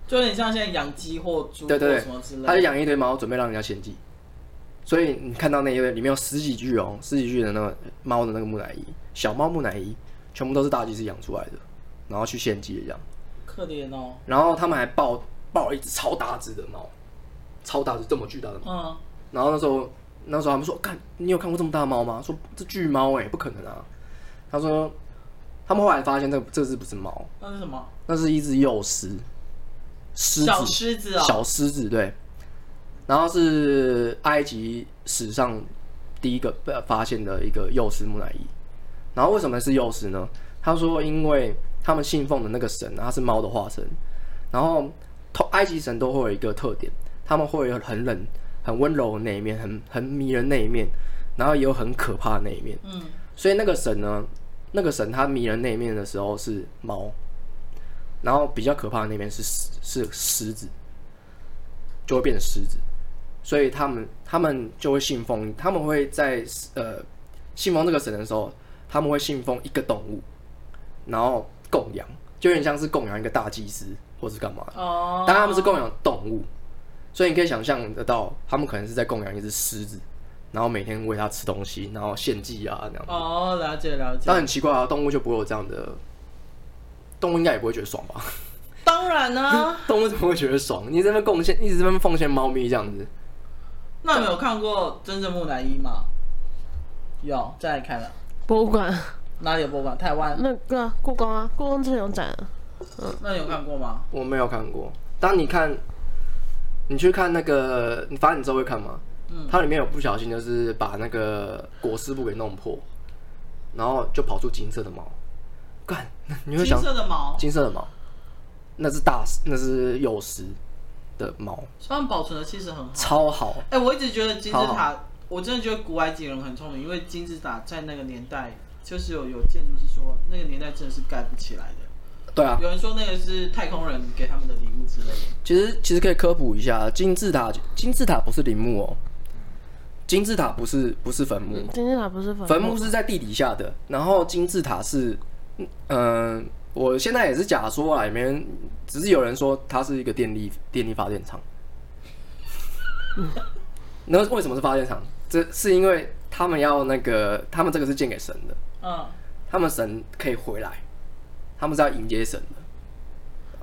Speaker 3: 就有点像现在养鸡或猪或
Speaker 2: 对对
Speaker 3: 什么之
Speaker 2: 对，
Speaker 3: 类
Speaker 2: 他
Speaker 3: 的，
Speaker 2: 就养一堆猫，准备让人家献祭。所以你看到那一堆里面有十几具哦，十几具的那个猫的那个木乃伊，小猫木乃伊，全部都是大祭司养出来的，然后去献祭的这样。
Speaker 3: 可怜哦，
Speaker 2: 然后他们还抱抱了一只超大只的猫，超大只这么巨大的猫。
Speaker 3: 嗯，
Speaker 2: 然后那时候那时候他们说，看你有看过这么大的猫吗？说这巨猫哎、不可能啊！他说他们后来发现这这只不是猫，
Speaker 3: 那是什么？
Speaker 2: 那是一只幼狮，狮子，
Speaker 3: 小狮子哦
Speaker 2: 小狮子对。然后是埃及史上第一个被发现的一个幼狮木乃伊。然后为什么是幼狮呢？他说，因为他们信奉的那个神啊，他是猫的化身。然后，通埃及神都会有一个特点，他们会有很冷、很温柔的那一面，很很迷人的那一面，然后也有很可怕的那一面。
Speaker 3: 嗯，
Speaker 2: 所以那个神呢，那个神他迷人那一面的时候是猫，然后比较可怕的那边是狮是狮子，就会变成狮子，所以他们他们就会信奉，他们会在呃信奉这个神的时候，他们会信奉一个动物，然后供养，就有点像是供养一个大祭司或是干嘛的，
Speaker 3: 哦，
Speaker 2: 但他们是供养动物，所以你可以想象得到，他们可能是在供养一只狮子，然后每天喂它吃东西，然后献祭啊那样子。
Speaker 3: 哦，了解了解
Speaker 2: 但。很奇怪啊，动物就不会有这样的，动物应该也不会觉得爽吧？
Speaker 3: 当然啊呢、
Speaker 2: 动物怎么会觉得爽？你这边贡献，一直这边奉献猫咪这样子，
Speaker 3: 那你有看过真正木乃伊吗？有，再来看了
Speaker 1: 博物馆
Speaker 3: 哪里有博物馆？台湾，
Speaker 1: 那个啊故宫啊，故宫之前有展啊、
Speaker 3: 那你有看过吗？
Speaker 2: 我没有看过。当你看，你去看那个，你反正你之后会看吗？
Speaker 3: 嗯
Speaker 2: 它里面有不小心就是把那个裹尸布给弄破，然后就跑出金色的毛，干，你会
Speaker 3: 金
Speaker 2: 想
Speaker 3: 色的毛，
Speaker 2: 金色的毛，那是大，那是幼狮的毛，
Speaker 3: 他们保存的其实很好。
Speaker 2: 超好。
Speaker 3: 哎、我一直觉得金字
Speaker 2: 好
Speaker 3: 塔，我真的觉得古埃及人很聪明，因为金字塔在那个年代就是有有建筑师说那个年代真的是盖不起来的，
Speaker 2: 对啊，
Speaker 3: 有人说那个是太空人给他们的礼物之类的。
Speaker 2: 其实其实可以科普一下，金字塔金字塔不是陵墓哦，金字塔不是不是坟墓，
Speaker 1: 金字塔不是坟
Speaker 2: 嗯坟墓是在地底下的，然后金字塔是，嗯、呃我现在也是假说啊，里面只是有人说它是一个电力电力发电厂。那为什么是发电厂？这是因为他们要那个，他们这个是建给神的，
Speaker 3: 嗯，
Speaker 2: 他们神可以回来，他们是要迎接神的。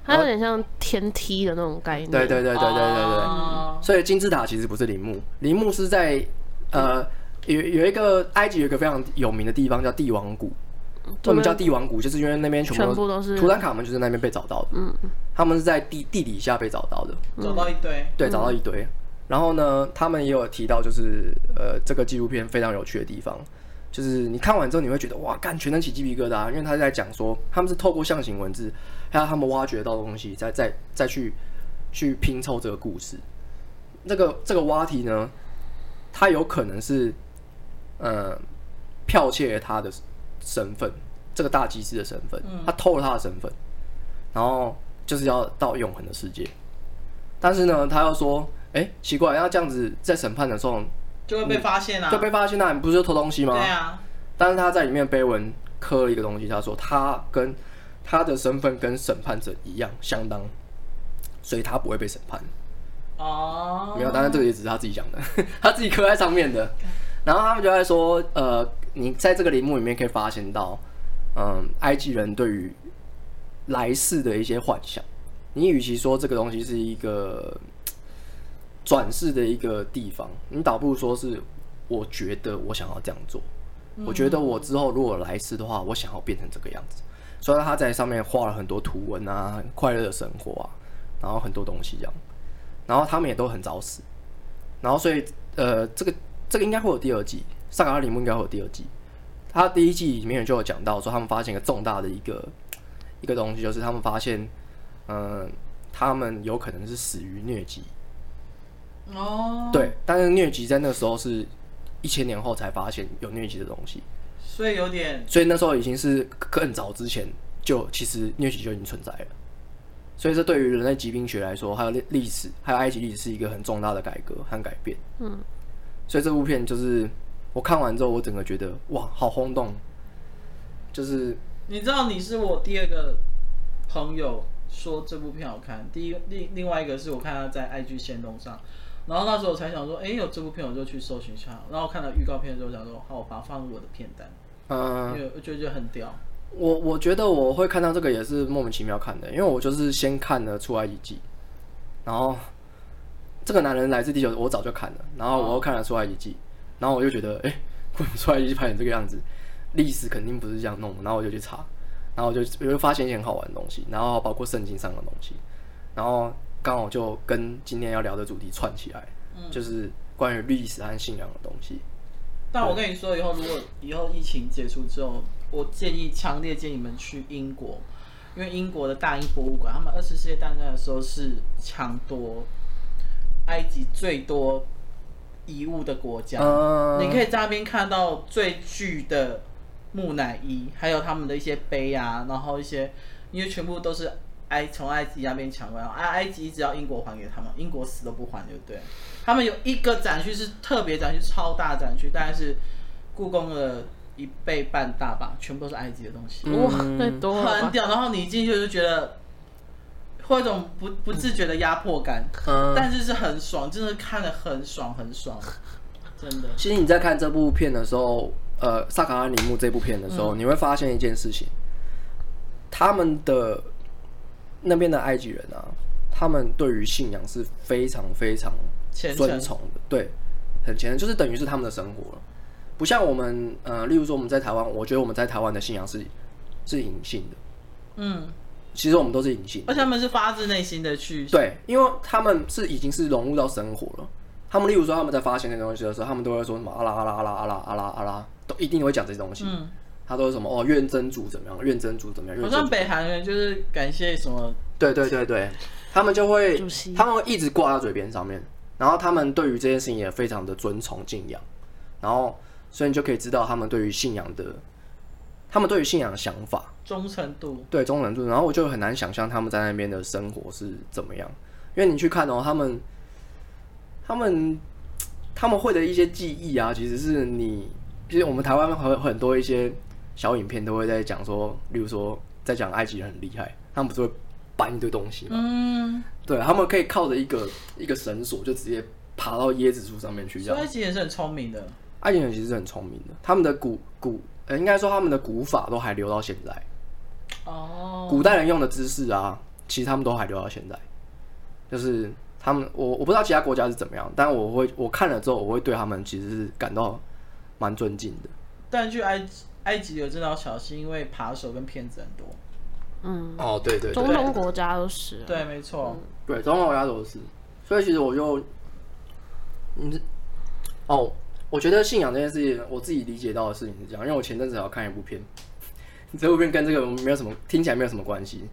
Speaker 1: 它有点像天梯的那种概念。
Speaker 2: 对对对对对对对。
Speaker 3: 哦
Speaker 2: 所以金字塔其实不是陵墓，陵墓是在呃有有一个埃及有一个非常有名的地方叫帝王谷，为什么叫帝王谷？就是因为那边全
Speaker 1: 嗯
Speaker 2: 部
Speaker 1: 全部都是
Speaker 2: 图坦卡蒙就是那边被找到的，嗯，他们是在地地底下被找到的，
Speaker 3: 找到一堆，
Speaker 2: 对，找到一堆。然后呢，他们也有提到，就是呃，这个纪录片非常有趣的地方，就是你看完之后你会觉得哇，干全身起鸡皮疙瘩，因为他在讲说他们是透过象形文字，还有他们挖掘到的东西，再再再去去拼凑这个故事。这个这个挖题呢，它有可能是呃剽窃他的身份，这个大祭司的身份，他偷了他的身份，然后就是要到永恒的世界。但是呢，他又说，哎、奇怪，要这样子在审判的时候
Speaker 3: 就会被发现啊。
Speaker 2: 就被发现那、你不是就偷东西吗？
Speaker 3: 对啊，
Speaker 2: 但是他在里面碑文刻了一个东西，他说他跟他的身份跟审判者一样相当，所以他不会被审判。
Speaker 3: 哦，
Speaker 2: 没有，当然这个也只是他自己讲的，他自己刻在上面的。然后他们就在说，呃，你在这个陵墓里面可以发现到，嗯，埃及人对于来世的一些幻想。你与其说这个东西是一个嘖转世的一个地方，你倒不如说是我觉得我想要这样做。我觉得我之后如果来世的话，我想要变成这个样子。所以他在上面画了很多图文啊，很快乐的生活啊，然后很多东西这样。然后他们也都很早死，然后所以呃，这个这个应该会有第二季，《萨卡拉陵墓》应该会有第二季。他第一季里面就有讲到说，他们发现一个重大的一个一个东西，就是他们发现，嗯、他们有可能是死于疟疾，
Speaker 3: 哦，，
Speaker 2: 对，但是疟疾在那时候是一千年后才发现有疟疾的东西，
Speaker 3: 所以有点
Speaker 2: 所以那时候已经是更早之前就其实疟疾就已经存在了。所以这对于人类疾病学来说，还有历历史，还有埃及历史是一个很重大的改革和改变。
Speaker 1: 嗯，
Speaker 2: 所以这部片就是我看完之后，我整个觉得哇，好轰动，就是
Speaker 3: 你知道你是我第二个朋友说这部片好看，第一另另外一个是我看他在 IG 线动上，然后那时候我才想说，哎，有这部片我就去搜寻一下，然后看到预告片的时候想说，好，我把它放入我的片单，
Speaker 2: 嗯、
Speaker 3: 因为我觉得就很屌。
Speaker 2: 我我觉得我会看到这个也是莫名其妙看的，因为我就是先看了《出埃及记》，然后这个男人来自地球，我早就看了，然后我又看了《出埃及记》，然后我就觉得，哎、为什么《出埃及记》拍成这个样子？历史肯定不是这样弄的，然后我就去查，然后我就我就发现一些很好玩的东西，然后包括圣经上的东西，然后刚好就跟今天要聊的主题串起来，
Speaker 3: 嗯
Speaker 2: 就是关于历史和信仰的东西。
Speaker 3: 但我跟你说，以后如果以后疫情解除之后，我建议强烈建议你们去英国，因为英国的大英博物馆，他们二次世界大战的时候是抢夺埃及最多遗物的国家。
Speaker 2: 嗯，
Speaker 3: 你可以在那边看到最巨的木乃伊，还有他们的一些碑啊，然后一些，因为全部都是埃从埃及那边抢过来，埃埃及一直要英国还给他们，英国死都不还，对不对？他们有一个展区是特别展区，超大展区，大概是故宫的一倍半大吧，全部都是埃及的东西，
Speaker 1: 哇，太多了
Speaker 3: 很
Speaker 1: 吧，
Speaker 3: 屌。然后你一进去就觉得，会有一种不不自觉的压迫感，
Speaker 2: 嗯
Speaker 3: 但是是很爽，真的看得很爽，很爽，真的。
Speaker 2: 其实你在看这部片的时候，呃，《萨卡拉尼木》这部片的时候，你会发现一件事情，他们的那边的埃及人啊，他们对于信仰是非常非常
Speaker 3: 虔诚
Speaker 2: 尊崇的，对，很虔诚，就是等于是他们的生活了。不像我们，呃，例如说我们在台湾，我觉得我们在台湾的信仰是是隐性的，
Speaker 3: 嗯，
Speaker 2: 其实我们都是隐性的
Speaker 3: 而且他们是发自内心的去，
Speaker 2: 对，因为他们是已经是融入到生活了。他们例如说他们在发现那个东西的时候，他们都会说什么阿拉阿拉阿拉阿拉阿拉阿拉，都一定会讲这些东西。
Speaker 3: 嗯，
Speaker 2: 他都是什么哦，愿真主怎么样，愿真主怎么样，
Speaker 3: 好
Speaker 2: 愿真
Speaker 3: 像
Speaker 2: 主。
Speaker 3: 北韩人就是感谢什么，
Speaker 2: 对对对对，他们就会
Speaker 1: 主席
Speaker 2: 他们会一直挂在嘴边上面，然后他们对于这件事情也非常的尊崇敬仰，然后所以你就可以知道他们对于信仰的，他们对于信仰的想法。
Speaker 3: 忠诚度，
Speaker 2: 对中程度，然后我就很难想象他们在那边的生活是怎么样，因为你去看哦，他们，他们，他们会的一些技艺啊，其实是你，其实我们台湾很很多一些小影片都会在讲说，例如说在讲埃及人很厉害，他们不是会搬一堆东西嘛，
Speaker 3: 嗯，
Speaker 2: 对他们可以靠着一个一个绳索就直接爬到椰子树上面去，这
Speaker 3: 所
Speaker 2: 样
Speaker 3: 以埃及人是很聪明的，
Speaker 2: 埃及人其实是很聪明的，他们的古古，呃，应该说他们的古法都还留到现在。
Speaker 3: 哦，
Speaker 2: 古代人用的知识啊，其实他们都还留到现在。就是他们，我我不知道其他国家是怎么样，但我会我看了之后，我会对他们其实是感到蛮尊敬的。
Speaker 3: 但去埃及埃及有真的要小心，因为扒手跟骗子很多，
Speaker 1: 嗯，
Speaker 2: 哦，对对
Speaker 1: 中东国家都是啊，
Speaker 3: 对，没错，
Speaker 2: 对，中国国家都是。所以其实我就，你是哦，我觉得信仰这件事情，我自己理解到的事情是这样，因为我前阵子有看一部片， 这部片跟这个没有什么听起来没有什么关系。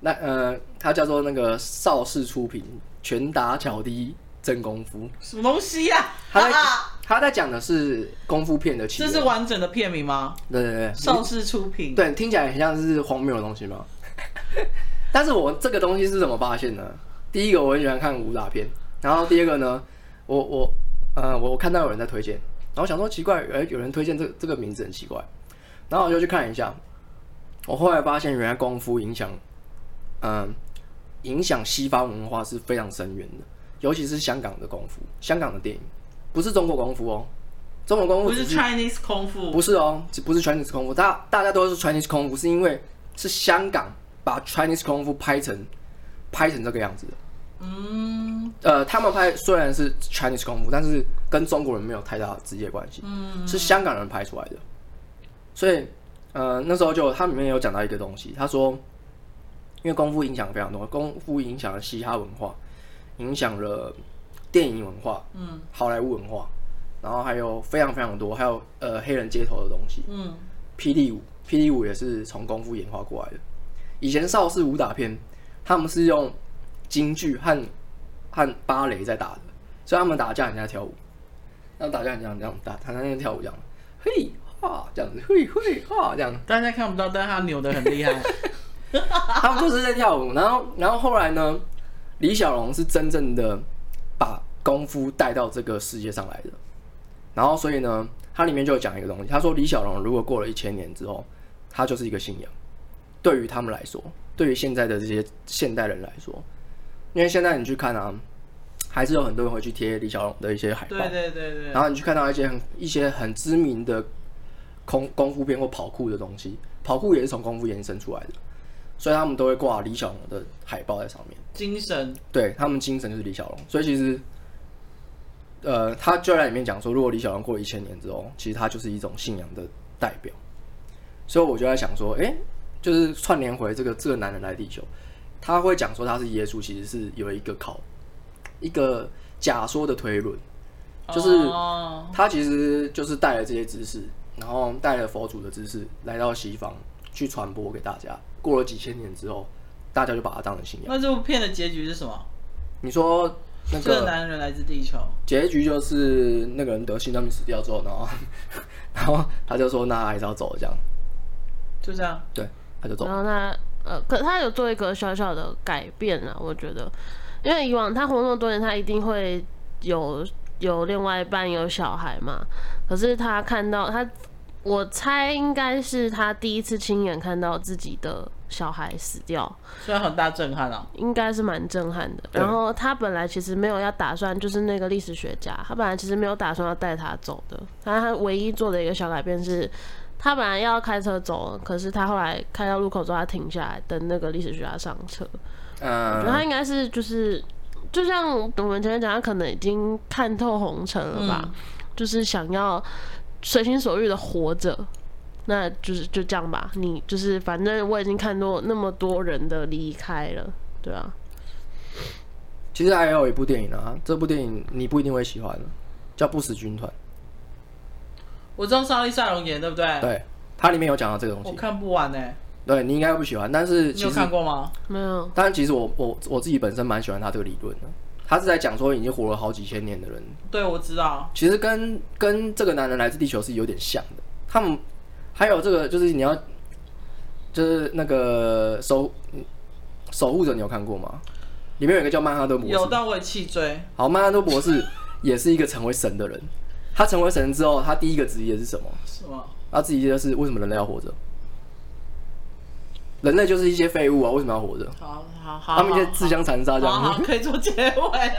Speaker 2: 那呃，它叫做那个邵氏出品《拳打脚踢真功夫》。
Speaker 3: 什么东西呀？
Speaker 2: 他在
Speaker 3: 啊
Speaker 2: 他在讲的是功夫片的起
Speaker 3: 这
Speaker 2: 源，
Speaker 3: 是完整的片名吗？
Speaker 2: 对对对
Speaker 3: 邵氏出品，
Speaker 2: 对，听起来很像是荒谬的东西嘛。 但是我这个东西是怎么发现的？第一个我很喜欢看武打片，然后第二个呢，我我呃我我看到有人在推荐，然后想说奇怪，哎、有人推荐这这个名字很奇怪，然后我就去看一下，我后来发现原来功夫影响，嗯、影响西方文化是非常深远的，尤其是香港的功夫，香港的电影不是中国功夫哦，中国功夫
Speaker 3: 不
Speaker 2: 只
Speaker 3: 是 Chinese 功夫，
Speaker 2: 不是哦，这不是 Chinese 功夫，大大家都是 Chinese 功夫，是因为是香港把 Chinese 功夫拍成拍成这个样子的。
Speaker 3: 嗯，
Speaker 2: 呃，他们拍虽然是 Chinese 功夫，但是跟中国人没有太大的直接关系，是香港人拍出来的。所以，呃，那时候就它里面有讲到一个东西，他说，因为功夫影响非常多，功夫影响了嘻哈文化，影响了电影文化，
Speaker 3: 嗯，
Speaker 2: 好莱坞文化，然后还有非常非常多，还有呃黑人街头的东西，
Speaker 3: 嗯，
Speaker 2: 霹雳舞，霹雳舞也是从功夫演化过来的。以前邵氏武打片，他们是用京剧和和芭蕾在打的，所以他们打架很像跳舞，他们打架很像这样打，他那个跳舞这样，嘿哈这样子，嘿嘿哈这样，
Speaker 3: 大家看不到，但是他扭的很 厉害，
Speaker 2: 他们就是在跳舞。然后然后后来呢，李小龙是真正的把功夫带到这个世界上来的。然后所以呢，它里面就有讲一个东西，他说李小龙如果过了一千年之后，他就是一个信仰。对于他们来说，对于现在的这些现代人来说，因为现在你去看啊，还是有很多人会去贴李小龙的一些海报，
Speaker 3: 对对对对，
Speaker 2: 然后你去看到一些很一些很知名的空功夫片或跑酷的东西，跑酷也是从功夫延伸出来的，所以他们都会挂李小龙的海报在上面。
Speaker 3: 精神
Speaker 2: 对他们精神就是李小龙，所以其实，呃，他就在里面讲说，如果李小龙过一千年之后，其实他就是一种信仰的代表。所以我就在想说，诶，就是串联回这个这个男人来地球，他会讲说他是耶稣，其实是有一个考一个假说的推论，就是
Speaker 3: 哦
Speaker 2: 他其实就是带了这些知识，然后带了佛祖的知识来到西方去传播给大家。过了几千年之后，大家就把它当成信仰。
Speaker 3: 那这部片的结局是什么？
Speaker 2: 你说那
Speaker 3: 这个
Speaker 2: 个
Speaker 3: 男人来自地球，
Speaker 2: 结局就是那个人得心脏病死掉之后，然后然后他就说那他还是要走这样，
Speaker 3: 就这样。
Speaker 2: 对，他就走
Speaker 1: 然。后他呃，可他有做一个小小的改变啊，我觉得，因为以往他活那么多年，他一定会有有另外一半有小孩嘛。可是他看到他，我猜应该是他第一次亲眼看到自己的小孩死掉，
Speaker 3: 虽然很大震撼啊，
Speaker 1: 应该是蛮震撼的。
Speaker 2: 对
Speaker 1: 然后他本来其实没有要打算，就是那个历史学家，他本来其实没有打算要带他走的。但他唯一做的一个小改变是，他本来要开车走，可是他后来开到路口之后，他停下来等那个历史学家上车。我觉得他
Speaker 2: 嗯，
Speaker 1: 应该是就是，就像我们前面讲，他可能已经看透红尘了吧，
Speaker 2: 嗯
Speaker 1: 就是想要随心所欲的活着。那就是就这样吧，你就是反正我已经看到那么多人的离开了，对啊，
Speaker 2: 其实还有一部电影啊，这部电影你不一定会喜欢，叫《不死军团
Speaker 3: 我知道莎莉·塞隆演对不对》，？
Speaker 2: 对，它里面有讲到这个东
Speaker 3: 我
Speaker 2: 西，
Speaker 3: 看不完呢、
Speaker 2: 对你应该会不喜欢，但是
Speaker 3: 你
Speaker 2: 其
Speaker 3: 有
Speaker 2: 实
Speaker 3: 看过吗？
Speaker 1: 没有，
Speaker 2: 当然，其实我我我自己本身蛮喜欢他这个理论的。他是在讲说已经活了好几千年的人，
Speaker 3: 对，我知道。
Speaker 2: 其实跟跟这个男人来自地球是有点像的。他们还有这个就是你要，就是那个守守护者，你有看过吗？里面有一个叫曼哈顿博士，
Speaker 3: 有到我也气追，
Speaker 2: 好，曼哈顿博士 也是一个成为神的人。他成为神之后，他第一个职业是什么？
Speaker 3: 什么？
Speaker 2: 他自己就是为什么人类要活着？人类就是一些废物啊，为什么要活着？
Speaker 3: 好好好，
Speaker 2: 他们一些自相残杀这
Speaker 3: 好
Speaker 2: 样子
Speaker 3: 好。可以做结尾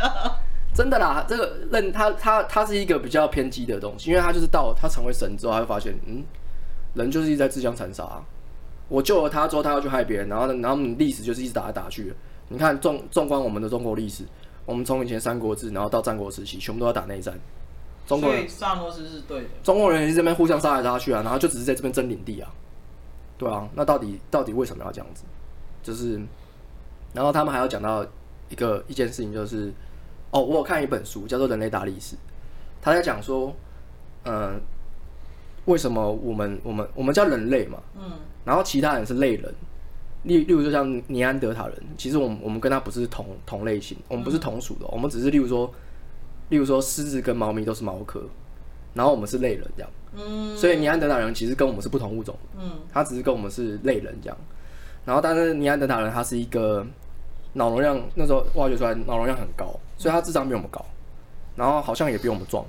Speaker 3: 了。
Speaker 2: 真的啦，这个认他他他是一个比较偏激的东西，因为他就是到他成为神之后，他会发现，嗯，人就是一直在自相残杀、我救了他之后，他要去害别人，然后呢，然后你历史就是一直打来打去。你看，纵纵观我们的中国历史，我们从以前三国志，然后到战国时期，全部都要打内战。中国
Speaker 3: 所
Speaker 2: 人
Speaker 3: 以萨摩斯是对的。
Speaker 2: 中国人也是这边互相杀来杀去啊，然后就只是在这边争领地啊。对啊，那到底到底为什么要这样子？就是，然后他们还要讲到一个一件事情，就是哦，我有看一本书叫做《人类大历史》，他在讲说，嗯、为什么我们我们我们叫人类嘛，
Speaker 3: 嗯，
Speaker 2: 然后其他人是类人，例例如就像尼安德塔人，其实我们我们跟他不是同同类型，我们不是同属的，哦我们只是例如说，例如说狮子跟猫咪都是猫科，然后我们是类人这样，
Speaker 3: 嗯
Speaker 2: 所以尼安德塔人其实跟我们是不同物种，
Speaker 3: 嗯，
Speaker 2: 他只是跟我们是类人这样，然后但是尼安德塔人他是一个脑容量那时候挖掘出来脑容量很高，所以他智商比我们高，然后好像也比我们壮，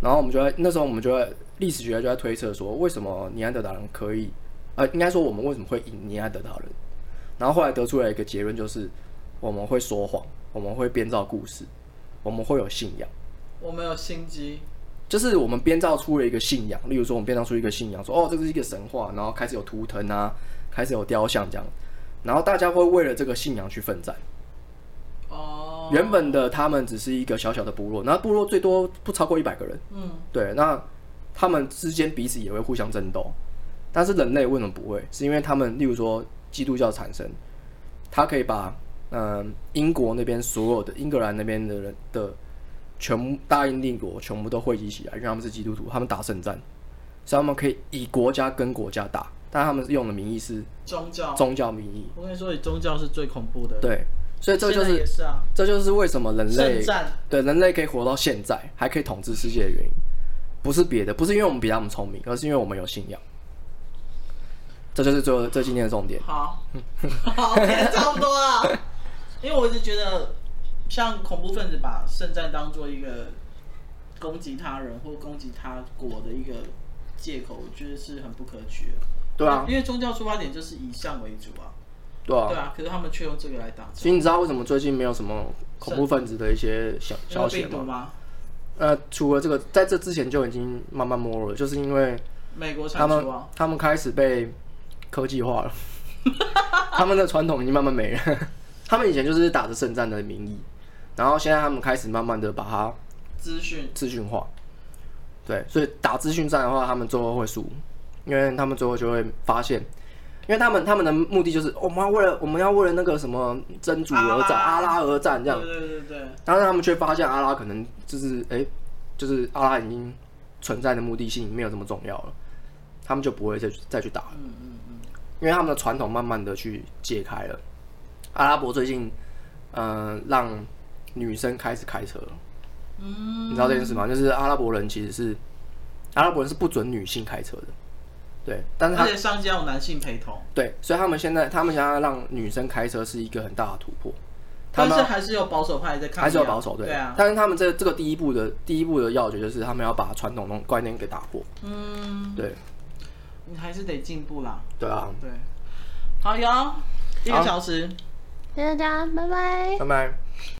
Speaker 2: 然后我们就在那时候我们就在历史学家就在推测说，为什么尼安德塔人可以，呃，应该说我们为什么会赢尼安德塔人？然后后来得出来一个结论，就是我们会说谎，我们会编造故事，我们会有信仰，
Speaker 3: 我没有心机。
Speaker 2: 就是我们编造出了一个信仰，例如说我们编造出一个信仰，说哦这是一个神话，然后开始有图腾啊，开始有雕像这样，然后大家会为了这个信仰去奋战。
Speaker 3: 哦，
Speaker 2: 原本的他们只是一个小小的部落，那部落最多不超过一百个人，
Speaker 3: 嗯，
Speaker 2: 对，那他们之间彼此也会互相争斗，但是人类为什么不会？是因为他们，例如说基督教产生，他可以把嗯、英国那边所有的英格兰那边的人的全部大英帝国全部都汇集起来，因为他们是基督徒，他们打圣战，所以他们可以以国家跟国家打，但他们用的名义是
Speaker 3: 宗教。
Speaker 2: 宗教名义，
Speaker 3: 我跟你说，以宗教是最恐怖的。，
Speaker 2: 对，所以这就
Speaker 3: 现在
Speaker 2: 是
Speaker 3: 也是啊，
Speaker 2: 这就是为什么人类
Speaker 3: 圣战。
Speaker 2: 对人类可以活到现在，还可以统治世界的原因，不是别的，不是因为我们比他们聪明，而是因为我们有信仰。这就是最后这今天的重点。
Speaker 3: 好， 好，也差不多了。因为我一直觉得，像恐怖分子把圣战当做一个攻击他人或攻击他国的一个借口，我觉得是很不可取的。
Speaker 2: 对啊，
Speaker 3: 因为宗教出发点就是以善为主啊，
Speaker 2: 对啊
Speaker 3: 对。啊。可是他们却用这个来打
Speaker 2: 其
Speaker 3: 仗，
Speaker 2: 实你知道为什么最近没有什么恐怖分子的一些消
Speaker 3: 因为
Speaker 2: 消息
Speaker 3: 病毒
Speaker 2: 吗？
Speaker 3: 吗？
Speaker 2: 呃，除了这个，在这之前就已经慢慢没落了，就是因为
Speaker 3: 美国
Speaker 2: 他
Speaker 3: 产
Speaker 2: 们
Speaker 3: 出啊，
Speaker 2: 他们开始被科技 化了，他们的传统已经慢慢没了。 他们以前就是打着圣战的名义，然后现在他们开始慢慢的把它
Speaker 3: 资讯
Speaker 2: 资讯化。对，所以打资讯战的话，他们最后会输，因为他们最后就会发现，因为他们他们的目的就是哦我们要为了我们要为了那个什么真主而战，
Speaker 3: 阿
Speaker 2: 阿
Speaker 3: 拉
Speaker 2: 拉而战这样
Speaker 3: 对。对对对，
Speaker 2: 但是他们却发现阿拉可能就是哎、就是阿拉已经存在的目的性没有这么重要了，他们就不会再去再去打了，
Speaker 3: 嗯嗯嗯，
Speaker 2: 因为他们的传统慢慢的去解开了。阿拉伯最近，嗯、让女生开始开车了，
Speaker 3: 嗯
Speaker 2: 你知道这件事吗？就是阿拉伯人其实是阿拉伯人是不准女性开车的，对，但是他
Speaker 3: 而且商家有男性陪同，
Speaker 2: 对，所以他们现在他们想要让女生开车是一个很大的突破，他
Speaker 3: 但
Speaker 2: 们
Speaker 3: 是
Speaker 2: 要
Speaker 3: 还是有保守派在看，
Speaker 2: 还是要保守对，
Speaker 3: 对啊，
Speaker 2: 但是他们这这个第一步的第一步的要诀就是他们要把传统的观念给打破，
Speaker 3: 嗯，
Speaker 2: 对
Speaker 3: 你还是得进步啦，
Speaker 2: 对啊，
Speaker 3: 对，好哟，一个
Speaker 2: 好
Speaker 3: 小时。
Speaker 1: 谢谢大家，拜拜。
Speaker 2: 拜拜。